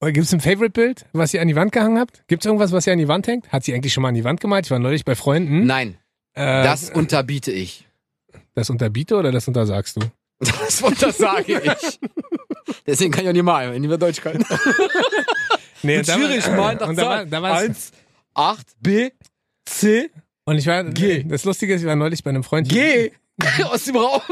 A: Gibt es Oh, ein Favorite-Bild, was ihr an die Wand gehangen habt? Gibt es irgendwas, was ihr an die Wand hängt? Hat sie eigentlich schon mal an die Wand gemalt? Ich war neulich bei Freunden.
B: Nein,
A: äh,
B: das unterbiete ich.
A: das unterbiete oder das untersagst du?
B: Das untersage ich. Deswegen kann ich auch nicht malen, wenn ich mehr Deutsch kann.
A: Nee,
B: Mit schwierig malen nach
A: und da war,
B: Zahlen.
A: da war es-
B: Eins, acht, B, C,
A: Und ich war,
B: Geh.
A: das Lustige ist, ich war neulich bei einem Freund.
B: G. Aus dem Raum.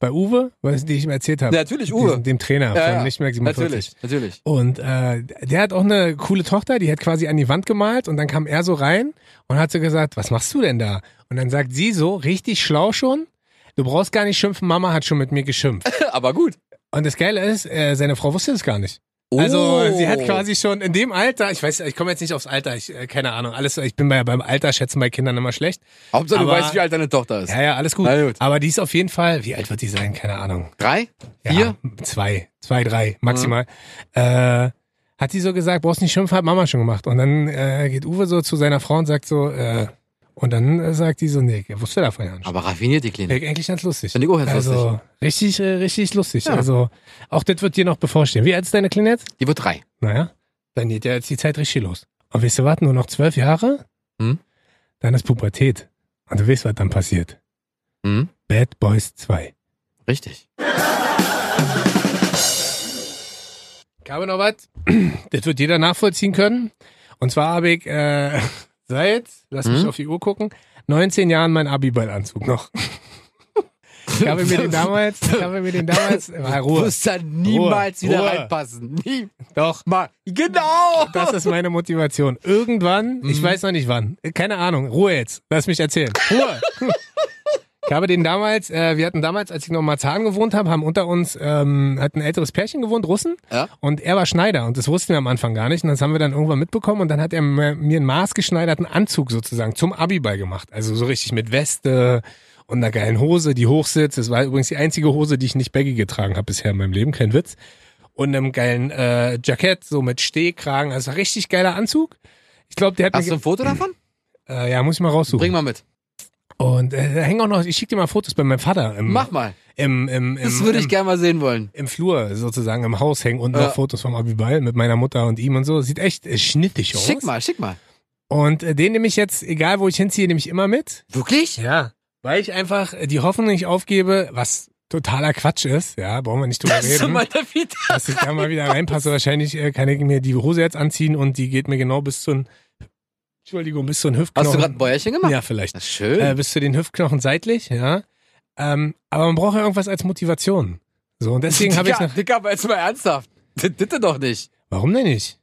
A: bei Uwe, weil die ich ihm erzählt habe.
B: Mhm. Natürlich, Uwe.
A: Diesem- Dem Trainer
B: Ja,
A: von
B: ja.
A: Lichtmerk 47.
B: Natürlich, natürlich.
A: Und äh, der hat auch eine coole Tochter, die hat quasi an die Wand gemalt und dann kam er so rein und hat so gesagt, was machst du denn da? Und dann sagt sie so, richtig schlau schon, du brauchst gar nicht schimpfen, Mama hat schon mit mir geschimpft.
B: Aber gut.
A: Und das Geile ist, äh, seine Frau wusste das gar nicht.
B: Oh.
A: Also sie hat quasi schon in dem Alter, ich weiß, ich komme jetzt nicht aufs Alter, ich äh, keine Ahnung, alles, ich bin bei, beim Alter schätzen bei Kindern immer schlecht.
B: Hauptsache, du
A: aber-
B: weißt, wie alt deine Tochter ist.
A: Ja, ja, alles gut.
B: Na gut.
A: Aber die ist auf jeden Fall, wie alt wird die sein? Keine Ahnung.
B: Drei?
A: Ja,
B: Vier?
A: Zwei, zwei, drei maximal. Äh, hat die so gesagt, brauchst nicht schimpfen, hat Mama schon gemacht. Und dann äh, geht Uwe so zu seiner Frau und sagt so, äh, und dann äh, sagt die so, nee, ich wusste davon ja nicht.
B: Aber raffiniert die Kleine.
A: Finde ich eigentlich ganz lustig.
B: Finde ich auch ganz
A: also, richtig, äh, richtig lustig.
B: Ja.
A: Also, auch das wird dir noch bevorstehen. Wie alt ist deine Kleine jetzt?
B: Die wird drei.
A: Naja, dann geht ja jetzt die Zeit richtig los. Und weißt du was, nur noch zwölf Jahre?
B: Hm?
A: Dann ist Pubertät. Und du weißt, was dann passiert.
B: Mhm.
A: Bad Boys 2.
B: Richtig.
A: Ich habe noch was, das wird jeder nachvollziehen können. Und zwar habe ich äh, seit, lass mich
B: Hm?
A: auf die Uhr gucken, 19 Jahren meinen Abiball-Anzug noch. Ich habe mir den damals, ich habe mir den damals, äh,
B: Du
A: Ruhe,
B: wirst da niemals
A: Ruhe,
B: wieder
A: Ruhe.
B: reinpassen. Niemals.
A: doch.
B: Genau.
A: Das ist meine Motivation. Irgendwann, ich weiß noch nicht wann, keine Ahnung, Ruhe jetzt, lass mich erzählen. Ruhe! Ich habe den damals, äh, wir hatten damals, als ich noch in Marzahn gewohnt habe, haben unter uns, ähm, hat ein älteres Pärchen gewohnt, Russen.
B: Ja.
A: Und er war Schneider und das wussten wir am Anfang gar nicht. Und das haben wir dann irgendwann mitbekommen und dann hat er mir mir einen maßgeschneiderten Anzug sozusagen zum Abiball gemacht. Also so richtig mit Weste und einer geilen Hose, die hochsitzt. Das war übrigens die einzige Hose, die ich nicht baggy getragen habe bisher in meinem Leben, kein Witz. Und einem geilen äh, Jackett, so mit Stehkragen. Also richtig geiler Anzug. Ich glaube, der hat
B: Hast du
A: mir,
B: ein Foto davon?
A: äh, ja, muss ich mal raussuchen.
B: Bring mal mit.
A: Und äh, da hängen auch noch, ich schicke dir mal Fotos bei meinem Vater im,
B: Mach mal.
A: im, im, im,
B: Das würde
A: im,
B: ich gerne mal sehen wollen.
A: im Flur sozusagen im Haus hängen und
B: Ja.
A: noch Fotos vom Abiball mit meiner Mutter und ihm und so. Sieht echt äh, schnittig aus.
B: Schick mal, schick mal.
A: Und äh, den nehme ich jetzt, egal wo ich hinziehe, nehme ich immer mit.
B: Wirklich?
A: Ja. Weil ich einfach äh, die Hoffnung nicht aufgebe, was totaler Quatsch ist, ja, brauchen wir nicht drüber
B: Das ist
A: reden.
B: mal der Peter.
A: Dass ich da mal wieder reinpasse, wahrscheinlich äh, kann ich mir die Hose jetzt anziehen und die geht mir genau bis zu den, Entschuldigung, bis zu den Hüftknochen.
B: Hast du gerade ein Bäuerchen gemacht?
A: Ja, vielleicht.
B: Das ist schön.
A: Äh, bis zu den Hüftknochen seitlich, ja. Ähm, aber man braucht ja irgendwas als Motivation. So, und deswegen habe ich
B: Dicker,
A: nach,
B: Dicker, aber jetzt mal ernsthaft. Das Ditte doch nicht.
A: Warum denn nicht?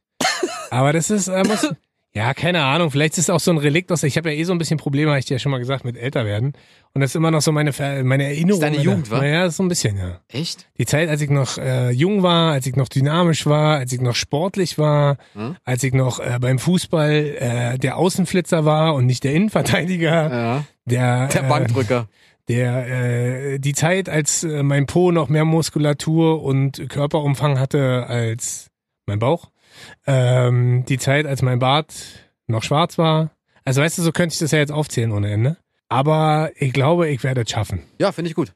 A: Aber das ist, äh, muss, ja, keine Ahnung. Vielleicht ist es auch so ein Relikt aus. Ich habe ja eh so ein bisschen Probleme, habe ich dir ja schon mal gesagt, mit älter werden. Und das ist immer noch so meine, Ver- meine Erinnerung.
B: deine Jugend, wa?
A: wa? Ja, so ein bisschen, ja.
B: Echt?
A: Die Zeit, als ich noch äh, jung war, als ich noch dynamisch war, als ich noch sportlich war,
B: Hm?
A: als ich noch äh, beim Fußball äh, der Außenflitzer war und nicht der Innenverteidiger,
B: Ja.
A: der,
B: Der
A: äh,
B: Bankdrücker.
A: der äh, die Zeit, als äh, mein Po noch mehr Muskulatur und Körperumfang hatte als mein Bauch, ähm, die Zeit, als mein Bart noch schwarz war. Also weißt du, so könnte ich das ja jetzt aufzählen ohne Ende. Aber ich glaube, ich werde es schaffen.
B: Ja, finde ich gut.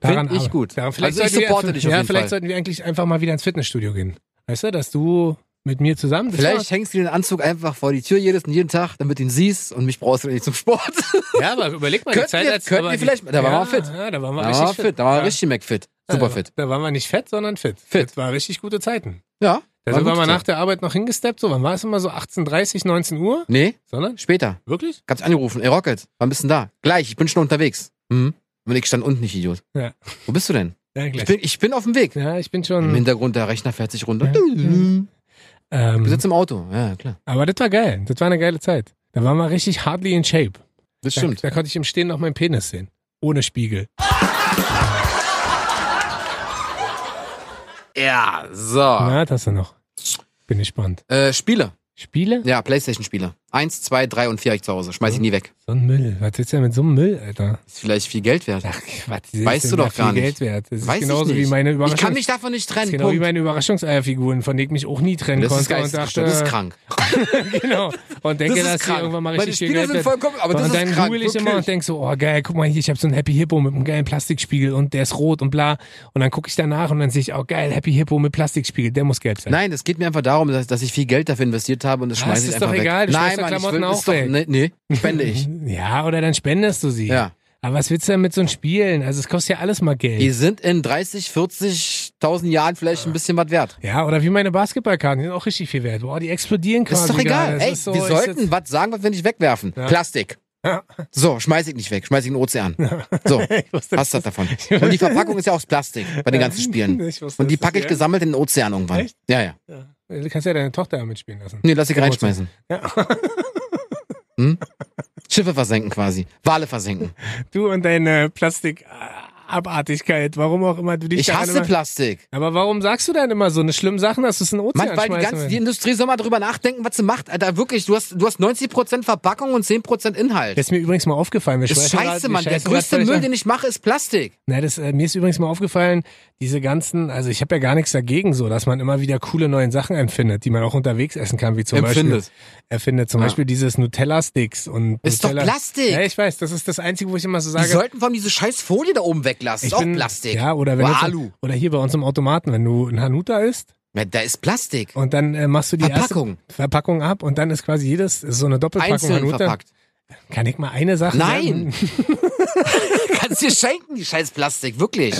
A: Daran
B: Find ich
A: aber-
B: gut.
A: Daran, vielleicht
B: Also ich
A: sollten
B: supporte
A: wir,
B: dich auf
A: Ja,
B: jeden
A: vielleicht
B: Fall.
A: sollten wir eigentlich einfach mal wieder ins Fitnessstudio gehen. Weißt du, dass du mit mir zusammen. das
B: Vielleicht hängst du den Anzug einfach vor die Tür jedes und jeden Tag, damit du ihn siehst und mich brauchst du nicht zum Sport.
A: war- Ja, aber überleg mal, die
B: Könnten
A: Zeit
B: wir-
A: als.
B: könnten
A: aber
B: wir
A: die-
B: vielleicht- da waren wir
A: ja,
B: auch fit.
A: Ja, da waren wir
B: Da
A: richtig
B: war
A: fit.
B: fit, da war
A: ja.
B: richtig McFit.
A: Ja,
B: Super
A: da-
B: fit.
A: Da waren wir nicht fett, sondern fit.
B: Fit.
A: Das war richtig gute Zeiten.
B: Ja.
A: Da
B: war
A: sind wir
B: gut
A: mal
B: so.
A: nach der Arbeit noch hingesteppt. So, wann war es immer so 18.30, 19 Uhr?
B: Nee,
A: Sondern?
B: später.
A: Wirklich?
B: Gab's angerufen. Ey, Rocket, wann bist du denn da? Gleich, ich bin schon unterwegs. Mhm. Und ich stand unten, nicht Idiot.
A: Ja.
B: Wo bist du denn?
A: Ja,
B: Ich
A: gleich.
B: bin, ich bin auf dem Weg.
A: ja, ich bin
B: Im
A: schon.
B: Hintergrund, der Rechner fährt sich runter.
A: Hm. Ja.
B: Du
A: Ähm,
B: sitzt im Auto. Ja, klar.
A: aber das war geil. Das war eine geile Zeit. Da waren wir richtig hardly in shape.
B: Das
A: Da,
B: stimmt.
A: da konnte ich im Stehen noch meinen Penis sehen. Ohne Spiegel.
B: Ja, so.
A: Na, das hast du noch. Bin gespannt.
B: Äh, Spiele.
A: Spiele?
B: Ja, Playstation-Spiele. Eins, zwei, drei und vier hab ich zu Hause. Schmeiß ich nie weg.
A: So ein Müll. Was ist denn mit so einem Müll, Alter?
B: Ist vielleicht viel Geld wert.
A: Ach, Quatsch. das ist
B: Weißt du
A: immer
B: doch gar
A: viel
B: nicht.
A: Geld wert. Das ist
B: Weiß
A: genauso
B: ich nicht.
A: wie meine Überraschungs
B: ich kann mich davon nicht
A: das
B: trennen.
A: ist genau wie
B: Punkt.
A: meine Überraschungseierfiguren, von denen ich mich auch nie trennen
B: Das
A: konnte. und
B: ist geisteskrank.
A: dachte,
B: Das ist krank.
A: genau. Und denke,
B: das ist
A: dass die
B: krank.
A: irgendwann mal
B: Meine
A: richtig viel Geld
B: Spiele sind
A: werden.
B: vollkommen, aber das
A: und dann
B: ist krank.
A: google ich immer und
B: wirklich.
A: denk so, oh geil, guck mal hier, ich habe so einen Happy Hippo mit einem geilen Plastikspiegel und der ist rot und bla. Und dann gucke ich danach und dann sehe ich, oh geil, Happy Hippo mit Plastikspiegel, der muss gelb sein.
B: Nein, es geht mir einfach darum, dass, dass ich viel Geld dafür investiert habe und das
A: Ah,
B: schmeiße
A: es
B: ich
A: ist doch
B: einfach weg.
A: egal, du
B: Nein,
A: schmeißt
B: Mann,
A: doch
B: ich will,
A: Klamotten
B: ist doch,
A: auch weg.
B: nee, nee, spende ich.
A: Mhm. Ja, oder dann spendest du sie.
B: Ja.
A: Aber was willst du denn mit so einem Spielen? Also es kostet ja alles mal Geld.
B: Die sind in 30, 40.000 Jahren vielleicht ein bisschen was wert.
A: ja, oder wie meine Basketballkarten, die sind auch richtig viel wert. Boah, die explodieren quasi.
B: ist doch
A: gerade.
B: egal.
A: Das
B: Ey,
A: ist so,
B: wir
A: ist
B: sollten
A: jetzt-
B: was sagen, was wir nicht wegwerfen.
A: Ja.
B: Plastik.
A: Ja.
B: So, schmeiß ich nicht weg, schmeiß ich in den Ozean. So,
A: Ich wusste,
B: hast das davon. Und die Verpackung ist ja aus Plastik bei den ganzen Spielen.
A: Ich wusste,
B: Und die
A: dass das
B: packe ich
A: hier-
B: gesammelt in den Ozean irgendwann.
A: Echt?
B: Ja, ja.
A: Ja. Du kannst ja deine Tochter damit spielen lassen.
B: Nee, lass ich reinschmeißen. Hm?
A: Ja.
B: Schiffe versenken quasi. Wale versenken.
A: Du und deine Plastikabartigkeit, warum auch immer du dich
B: Ich
A: daran
B: hasse
A: immer-
B: Plastik.
A: Aber warum sagst du dann immer so eine schlimme Sachen, dass du es in den Ozean
B: Mann, weil die
A: schmeißen
B: ganze die
A: willst?
B: Industrie soll mal drüber nachdenken, was sie macht. Alter, wirklich, du hast, du hast 90% Verpackung und 10% Inhalt.
A: Das ist mir übrigens mal aufgefallen. Wir
B: ist
A: schweifen grad-
B: scheiße,
A: wir
B: Mann. Der
A: scheißen grad
B: größte
A: völlig
B: Müll,
A: ab.
B: den ich mache, ist Plastik.
A: Na, das, äh, mir ist übrigens mal aufgefallen, diese ganzen, also ich habe ja gar nichts dagegen so, dass man immer wieder coole neue Sachen empfindet, die man auch unterwegs essen kann, wie zum
B: Empfindet.
A: Beispiel erfindet zum
B: Ja.
A: Beispiel dieses Nutella-Sticks und
B: Ist doch
A: Nutella
B: Plastik.
A: Ja, ich weiß, das ist das Einzige, wo ich immer so
B: Die
A: sage.
B: sollten von diese scheiß Folie da oben weglassen.
A: ich
B: Ist auch
A: bin-
B: Plastik.
A: Ja, oder wenn
B: Oder
A: jetzt-
B: Alu.
A: oder hier bei uns im Automaten, wenn du ein Hanuta isst
B: Ja, da ist Plastik.
A: und dann äh, machst du die
B: Verpackung.
A: erste Verpackung ab und dann ist quasi jedes ist so eine Doppelpackung
B: Einzeln
A: Hanuta.
B: verpackt.
A: Kann ich mal eine Sache
B: Nein.
A: sagen?
B: Kannst dir schenken, die scheiß Plastik. Wirklich.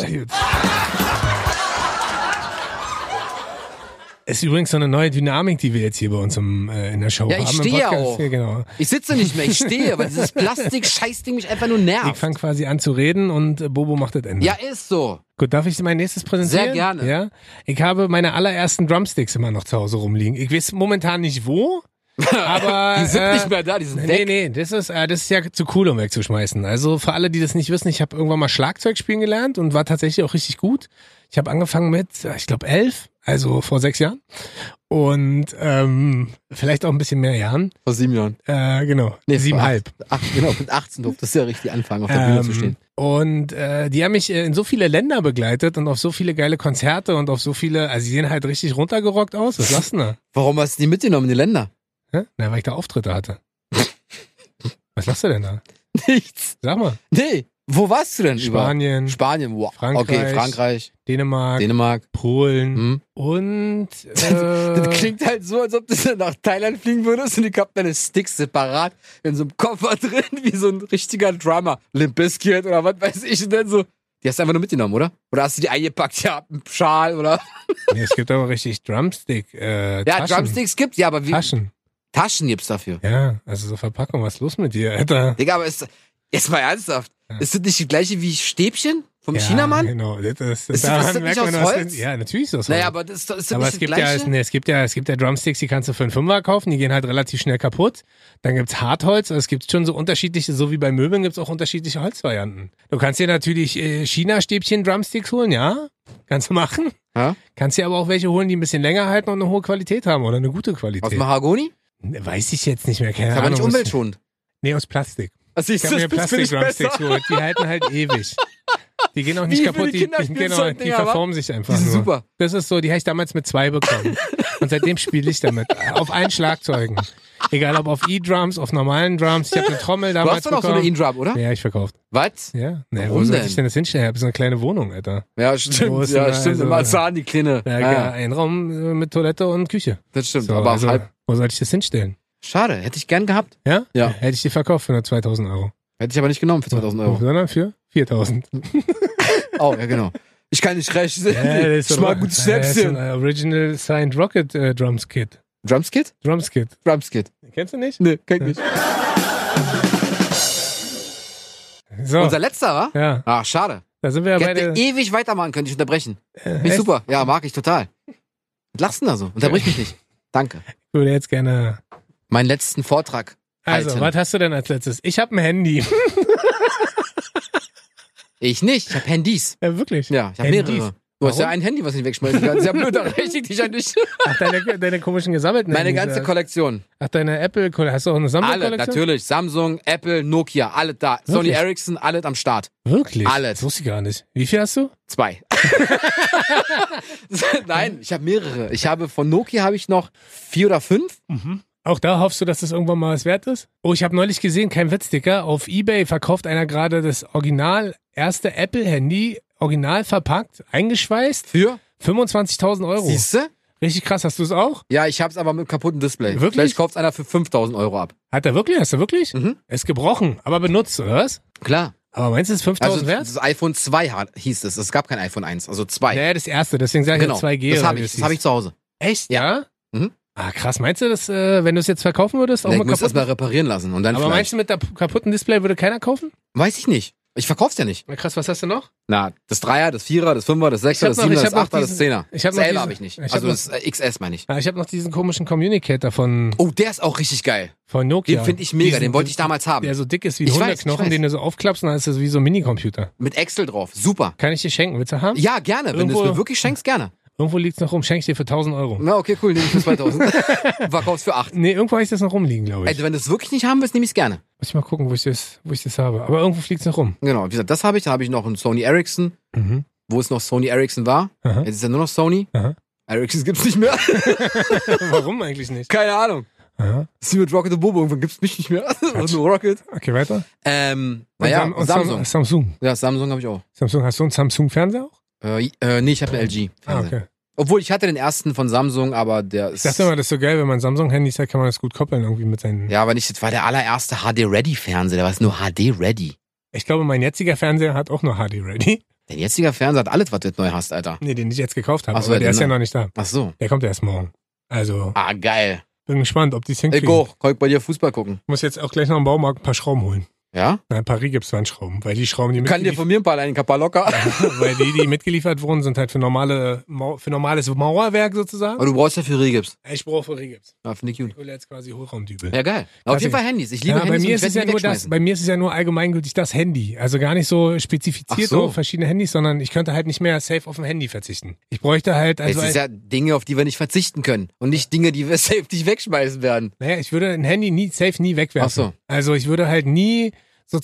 A: Ist übrigens so eine neue Dynamik, die wir jetzt hier bei uns im, äh, in der Show
B: Ja,
A: haben.
B: ich
A: im
B: stehe ja
A: Podcast.
B: auch.
A: Hier, genau.
B: Ich sitze nicht mehr, ich stehe, weil dieses Plastik-Scheißding mich einfach nur
A: Ich
B: nervt.
A: fange quasi an zu reden und äh, Bobo macht das Ende.
B: Ja, ist so.
A: Gut, darf ich mein nächstes präsentieren?
B: Sehr gerne.
A: Ja? Ich habe meine allerersten Drumsticks immer noch zu Hause rumliegen. Ich weiß momentan nicht wo, aber...
B: Die sind
A: äh,
B: nicht mehr da, die sind
A: Nee,
B: weg.
A: nee, das ist, äh, das ist ja zu cool, um wegzuschmeißen. Also für alle, die das nicht wissen, ich habe irgendwann mal Schlagzeug spielen gelernt und war tatsächlich auch richtig gut. Ich habe angefangen mit, äh, ich glaube, elf, also vor sechs Jahren. Und ähm, vielleicht auch ein bisschen mehr Jahren.
B: Vor sieben Jahren.
A: Äh, genau, siebenhalb.
B: Ach, genau, mit 18 durftest du ja richtig anfangen, auf der Bühne zu
A: Ähm,
B: stehen.
A: und äh, die haben mich äh, in so viele Länder begleitet und auf so viele geile Konzerte und auf so viele, also sie sehen halt richtig runtergerockt aus. Was sagst du denn da?
B: Warum hast du die mitgenommen in die Länder?
A: Hä? Na, weil ich da Auftritte hatte. Was lachst du denn da?
B: Nichts.
A: Sag mal.
B: Nee. Wo warst du denn überall?
A: Spanien,
B: Spanien, wow.
A: Frankreich.
B: Okay, Frankreich,
A: Dänemark,
B: Dänemark.
A: Polen
B: Hm.
A: und
B: Das
A: äh,
B: klingt halt so, als ob du dann nach Thailand fliegen würdest und ich hab deine Sticks separat in so einem Koffer drin, wie so ein richtiger Drummer. Limp Bizkit oder was weiß ich denn so. Die hast du einfach nur mitgenommen, oder? Oder hast du die eingepackt, ja, einen Schal oder?
A: nee, es gibt aber richtig Drumstick. Äh,
B: Ja,
A: Taschen.
B: Drumsticks gibt's, ja, aber wie,
A: Taschen.
B: Taschen gibt's dafür.
A: Ja, also so Verpackung, was ist los mit dir, Alter?
B: Digga, aber ist, jetzt mal ernsthaft, ist das nicht die gleiche wie Stäbchen vom
A: Ja,
B: Chinamann?
A: Genau, das ist,
B: Ist-
A: daran
B: ist das
A: merkt
B: nicht
A: man,
B: aus
A: was-
B: Holz?
A: Ja, natürlich ist das
B: Naja,
A: Holz.
B: aber das ist, doch- ist das
A: aber
B: nicht
A: es
B: das
A: gibt, ja,
B: gleiche?
A: es, nee, es gibt ja, es gibt ja Drumsticks, die kannst du für einen Fünfer kaufen, die gehen halt relativ schnell kaputt. Dann gibt's Hartholz, also es gibt schon so unterschiedliche, so wie bei Möbeln gibt's auch unterschiedliche Holzvarianten. Du kannst dir natürlich äh, China-Stäbchen Drumsticks holen, ja? Kannst du machen.
B: Ja?
A: Kannst dir aber auch welche holen, die ein bisschen länger halten und eine hohe Qualität haben oder eine gute
B: Aus
A: Qualität.
B: Mahagoni?
A: Ne, Weiß ich jetzt nicht mehr, keine
B: Ist aber
A: Ahnung.
B: nicht umweltschonend.
A: Nee, aus Plastik.
B: Also
A: Ich habe mir Plastik-Drumsticks
B: besser.
A: geholt. Die halten halt ewig. Die gehen auch nicht
B: Wie für
A: kaputt,
B: die
A: die, die,
B: Kinderspielzeugdinger,
A: genau, die
B: wa?
A: verformen sich einfach.
B: Die sind
A: nur.
B: super.
A: Das ist so, die habe ich damals mit zwei bekommen. Und seitdem spiele ich damit. Auf allen Schlagzeugen. Egal ob auf E-Drums, auf normalen Drums. Ich habe eine Trommel
B: Du
A: damals
B: hast doch noch so eine
A: bekommen.
B: E-Drum, oder?
A: ja, ich verkauft.
B: Was?
A: Ja. Nee, wo
B: Warum
A: soll
B: denn?
A: ich denn das hinstellen? Ich habe so eine kleine Wohnung, Alter.
B: Ja,
A: Wo
B: stimmt.
A: ist
B: Ja,
A: denn da
B: stimmt.
A: also-
B: Im Marzahn, die Kleine.
A: Ja,
B: Ja,
A: ja. Ein Raum äh, mit Toilette und Küche.
B: Das stimmt.
A: So,
B: Ah. aber
A: also,
B: halb.
A: wo soll ich das hinstellen?
B: Schade. Hätte ich gern gehabt.
A: Ja?
B: Ja.
A: Hätte ich die verkauft für nur 2000 Euro.
B: Hätte ich aber nicht genommen für 2000 Euro.
A: Sondern für 4000.
B: oh, ja, genau. Ich kann nicht rechnen.
A: das ist
B: ich
A: so-
B: mag gute
A: Äh, Das ist ein
B: Schnäpschen.
A: Original Signed Rocket äh, Drums Kit.
B: Drumskit?
A: Drums Kit.
B: Drumskit.
A: Kennst du nicht?
B: Nee, kenn ich nicht.
A: So.
B: Unser letzter, wa?
A: ja,
B: Ach, schade.
A: da sind wir ja
B: Ich
A: bei
B: hätte
A: der.
B: ewig weitermachen können, ich unterbrechen. Finde ich
A: echt?
B: super. Ja, mag ich total. Was lachst du denn da so? Unterbrich mich nicht. Danke.
A: Ich würde jetzt gerne.
B: Meinen letzten Vortrag.
A: Also,
B: halten.
A: was hast du denn als letztes? Ich habe ein Handy.
B: Ich nicht. Ich hab Handys.
A: ja, wirklich.
B: Ja, ich hab
A: Handys.
B: mehrere. Du hast ja ein Handy, was ich nicht wegschmeißen kann. Sehr blöd, da rechne ich dich ja nicht.
A: Ach, deine, deine komischen gesammelten
B: Meine
A: Handys,
B: ganze
A: oder?
B: Kollektion.
A: Ach, deine Apple. Hast du auch eine Sammelkollektion?
B: Alle, natürlich. Samsung, Apple, Nokia, alle da. Sony
A: Wirklich?
B: Ericsson, alle am Start.
A: Wirklich?
B: Alles.
A: Das wusste ich gar nicht. Wie viel hast du?
B: Zwei. Nein, ich habe mehrere. Ich habe von Nokia habe ich noch vier oder fünf.
A: Auch da hoffst du, dass das irgendwann mal was wert ist? Oh, ich habe neulich gesehen, kein Witz, Dicker, auf Ebay verkauft einer gerade das original erste Apple-Handy, original verpackt, eingeschweißt,
B: Für?
A: 25.000 Euro.
B: Siehste?
A: Richtig krass, hast du es auch?
B: Ja, ich hab's aber mit kaputtem Display.
A: Wirklich?
B: Vielleicht kauft's einer für 5000 Euro ab.
A: Hat er wirklich? Hast du wirklich?
B: Mhm.
A: Ist gebrochen, aber benutzt, oder was?
B: Klar.
A: Aber meinst du, es ist 5.000
B: Also
A: wert?
B: das iPhone 2 hat- hieß es. Es gab kein iPhone 1, also 2.
A: Naja, das erste, deswegen sage ich
B: genau.
A: ja 2G.
B: das
A: oder
B: habe
A: wie
B: ich, das
A: hieß.
B: habe ich zu Hause.
A: Echt? Ja?
B: Mhm.
A: Ah, krass. Meinst du, dass, äh, wenn du es jetzt verkaufen würdest, auch
B: Ich
A: mal
B: muss das
A: kaputt?
B: mal reparieren lassen und dann
A: Aber meinst
B: vielleicht.
A: du, mit der p- kaputten Display würde keiner kaufen?
B: Weiß ich nicht. Ich verkauf's ja nicht.
A: Na krass, was hast du noch?
B: Na, das Dreier, das Vierer, das Fünfer, das Sechser,
A: hab
B: das
A: noch-
B: Siebener,
A: ich hab
B: das
A: noch
B: Achter, das
A: diesen-
B: Zehner.
A: ich hab noch
B: Selber
A: diesen-
B: habe ich nicht.
A: ich hab
B: also
A: noch-
B: das äh, XS meine ich.
A: Ah, ich habe noch diesen komischen Communicator von,
B: Oh, der ist auch richtig geil.
A: von
B: Den
A: Nokia.
B: finde ich mega.
A: Diesen-
B: Den wollte ich damals haben.
A: Der so dick ist wie ein
B: Ich weiß, ich
A: Hundeknochen,
B: weiß.
A: den du so aufklappst und dann ist das wie so ein Minicomputer.
B: Mit Excel drauf. Super.
A: Kann ich dir schenken? Willst du haben?
B: Ja, gerne. Wenn du es
A: Irgendwo-
B: mir wirklich schenkst, gerne.
A: Irgendwo liegt's noch rum. Schenke ich dir für 1000 Euro.
B: Na, okay, cool. Nehme ich für 2000. Verkauf's für 8.
A: Nee, irgendwo habe ich das noch rumliegen, glaube ich.
B: Also, wenn du es wirklich nicht haben willst, nehme ich es gerne.
A: Muss ich mal gucken, wo ich das, wo ich das habe. Aber irgendwo fliegt's noch rum.
B: Genau. Wie gesagt, das habe ich. Da habe ich noch einen Sony Ericsson,
A: Mhm.
B: wo es noch Sony Ericsson war.
A: Aha.
B: Jetzt ist ja nur noch Sony.
A: Aha.
B: Ericsson gibt's nicht mehr.
A: Warum eigentlich nicht?
B: Keine Ahnung.
A: Aha.
B: Das ist wie mit Rocket und Bobo. Irgendwann gibt's mich nicht mehr. Und nur Rocket.
A: Okay, weiter.
B: Ähm,
A: Und
B: naja,
A: Sam- und Sam-
B: Samsung.
A: Samsung.
B: Ja, Samsung habe ich auch.
A: Samsung, hast du einen Samsung-Fernseher auch?
B: Äh, äh, nee, ich habe einen LG.
A: Ah, okay.
B: Obwohl, ich hatte den ersten von Samsung, aber der
A: Ich
B: ist.
A: dachte immer, das ist so geil, wenn man Samsung-Handys hat, kann man das gut koppeln irgendwie mit seinen.
B: ja, aber nicht, das war der allererste HD-Ready-Fernseher, der war jetzt nur HD-Ready.
A: Ich glaube, mein jetziger Fernseher hat auch nur HD Ready.
B: Dein jetziger Fernseher hat alles, was du jetzt neu hast, Alter.
A: Nee, den ich jetzt gekauft habe.
B: Ach so,
A: aber der
B: den ne?
A: ist ja
B: noch.
A: noch nicht da.
B: Ach so.
A: Der kommt erst morgen. Also,
B: Ah, geil.
A: bin gespannt, ob die es
B: Ich
A: hinkriegen.
B: auch. Kann ich bei dir Fußball gucken?
A: Ich muss jetzt auch gleich noch im Baumarkt ein paar Schrauben holen.
B: Ja?
A: Na, in Paris gibt's Wandschrauben, weil die Schrauben, die
B: Kann dir
A: mitgeliefert,
B: von mir ein paar leihen, Kappa locker.
A: weil die, die mitgeliefert wurden, sind halt für normale, Mau- für normales Mauerwerk sozusagen.
B: Aber du brauchst ja für Regips.
A: Ich brauche für Regips.
B: Ja, finde ich gut.
A: Ich hole jetzt quasi Hohlraumdübel.
B: Ja, geil. Auf jeden Fall Handys. Ich liebe
A: Ja, bei
B: Handys.
A: mir
B: und
A: ist
B: ich
A: es
B: werd
A: ja
B: die
A: nur das,
B: wegschmeißen.
A: bei mir ist es ja nur allgemeingültig das Handy. Also gar nicht so spezifiziert
B: Ach so.
A: auf verschiedene Handys, sondern ich könnte halt nicht mehr safe auf ein Handy verzichten. Ich bräuchte halt, also,
B: es ist ja Dinge, auf die wir nicht verzichten können. Und nicht Dinge, die wir safe nicht wegschmeißen werden.
A: naja, halt, ich würde ein Handy nie, safe nie wegwerfen.
B: Ach so.
A: Also ich würde halt nie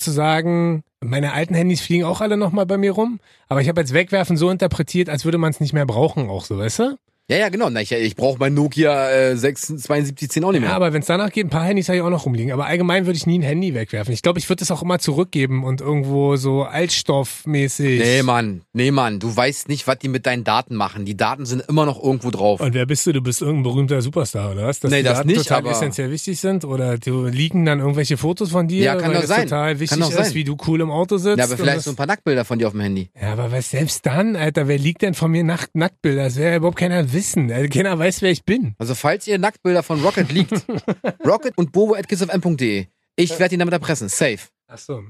A: sozusagen, meine alten Handys fliegen auch alle nochmal bei mir rum, aber ich habe jetzt wegwerfen so interpretiert, als würde man es nicht mehr brauchen auch so, weißt du?
B: Ja, ja, genau. Na, ich ich brauche mein Nokia äh, 6, 7210 auch nicht mehr.
A: Ja, aber wenn es danach geht, ein paar Handys habe ich auch noch rumliegen. Aber allgemein würde ich nie ein Handy wegwerfen. Ich glaube, ich würde es auch immer zurückgeben und irgendwo so altstoffmäßig.
B: Nee, Mann, nee, Mann, du weißt nicht, was die mit deinen Daten machen. Die Daten sind immer noch irgendwo drauf.
A: Und wer bist du? Du bist irgendein berühmter Superstar, oder was? Dass
B: Nee,
A: die
B: das
A: Daten
B: nicht,
A: total
B: aber-
A: essentiell wichtig sind? Oder du liegen dann irgendwelche Fotos von dir,
B: Ja, kann
A: weil
B: doch
A: das
B: sein.
A: total wichtig
B: doch
A: ist,
B: sein.
A: wie du cool im Auto sitzt?
B: Ja, aber
A: und
B: vielleicht
A: das-
B: so ein paar Nacktbilder von dir auf dem Handy.
A: ja, aber was selbst dann, Alter, wer liegt denn von mir nackt Nacktbilder? Das wäre ja überhaupt keiner wissen. Alter, Keiner weiß, wer ich bin.
B: Also falls ihr Nacktbilder von Rocket liegt, Rocket und Bobo at kissofm.de. Ich werde ihn damit erpressen. Safe.
A: Ach so.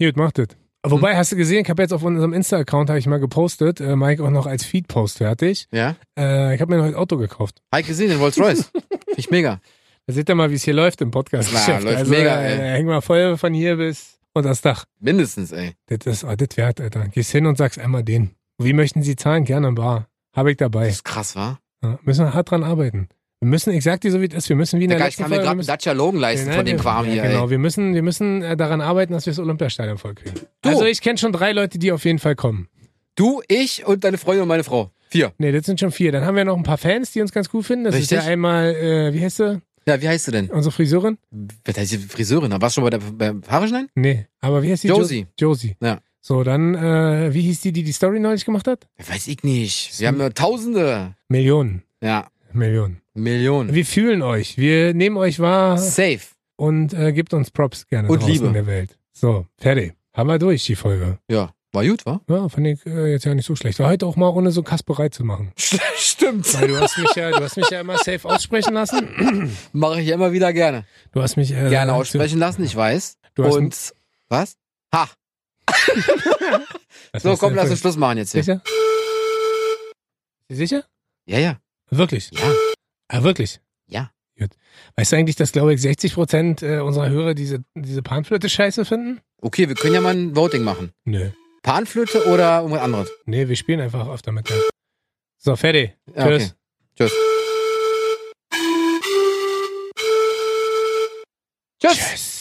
A: Gut, macht das.
B: Mhm.
A: Wobei, hast du gesehen, ich habe jetzt auf unserem Insta-Account, habe ich mal gepostet, äh, Mike auch noch als Feed-Post fertig.
B: Ja?
A: Äh, ich habe mir ein neues Auto gekauft.
B: Hab ich gesehen, den Rolls Royce. Finde ich mega.
A: Da seht ihr mal, wie es hier läuft im Podcast.
B: Na, läuft mega, ey.
A: Äh, häng mal voll von hier bis unter das Dach.
B: Mindestens, ey.
A: Das ist oh, das wert, Alter. Gehst hin und sagst einmal den. Wie möchten Sie zahlen? Gerne im Bar. Habe ich dabei.
B: Das ist krass, wa?
A: Ja, müssen wir hart dran arbeiten. Wir müssen, ich sag dir so wie es ist, wir müssen wie in der
B: Digga, ich
A: letzten
B: kann mir
A: Folge...
B: gerade
A: wir
B: einen
A: müssen,
B: Dacia Logan leisten
A: Nein,
B: von dem
A: wir-
B: Kram hier,
A: ja, genau.
B: ey.
A: Wir müssen, wir müssen äh, daran arbeiten, dass wir das Olympiastadion vollkriegen.
B: Du.
A: Also ich kenne schon drei Leute, die auf jeden Fall kommen.
B: Du, ich und deine Freundin und meine Frau. Vier.
A: Nee, das sind schon vier. Dann haben wir noch ein paar Fans, die uns ganz cool finden. Das ist
B: Richtig.
A: ja einmal, äh, wie heißt sie?
B: Ja, wie heißt du denn?
A: Unsere Friseurin?
B: Was heißt die Friseurin? Warst du schon bei der beim Haare schneiden?
A: Nee, aber wie heißt die?
B: Josie.
A: Jo- Josie.
B: Ja.
A: So, dann, äh, wie hieß die, die die Story neulich gemacht hat?
B: Weiß ich nicht. Wir haben ja Tausende.
A: Millionen.
B: Ja,
A: Millionen.
B: Millionen.
A: Wir fühlen euch. Wir nehmen euch wahr.
B: Safe.
A: und äh, gibt uns Props gerne
B: Und
A: draußen
B: Liebe.
A: in der Welt. So, fertig. Haben wir durch die Folge.
B: Ja, war gut, wa?
A: Ja, fand ich äh, jetzt ja nicht so schlecht. War heute auch mal ohne so Kasperei zu machen.
B: Stimmt.
A: Weil du hast mich ja, du hast mich ja immer safe aussprechen lassen.
B: Mache ich immer wieder gerne.
A: Du hast mich äh,
B: Gerne aussprechen lassen, ich weiß.
A: Du hast,
B: Und was? Ha.
A: was
B: So,
A: hast du
B: komm,
A: denn
B: lass
A: für-
B: uns Schluss machen jetzt hier.
A: Sicher? Sicher?
B: Ja, ja.
A: Wirklich?
B: Ja.
A: Ah, wirklich?
B: Ja.
A: Gut. Weißt du eigentlich, dass, glaube ich, 60 Prozent äh, unserer Hörer diese, diese Panflöte scheiße finden?
B: Okay, wir können ja mal ein Voting machen.
A: Nö.
B: Panflöte oder irgendwas anderes?
A: Nee, wir spielen einfach öfter mit. So, fertig.
B: Ja,
A: Tschüss.
B: okay. Tschüss. Tschüss.
A: Tschüss.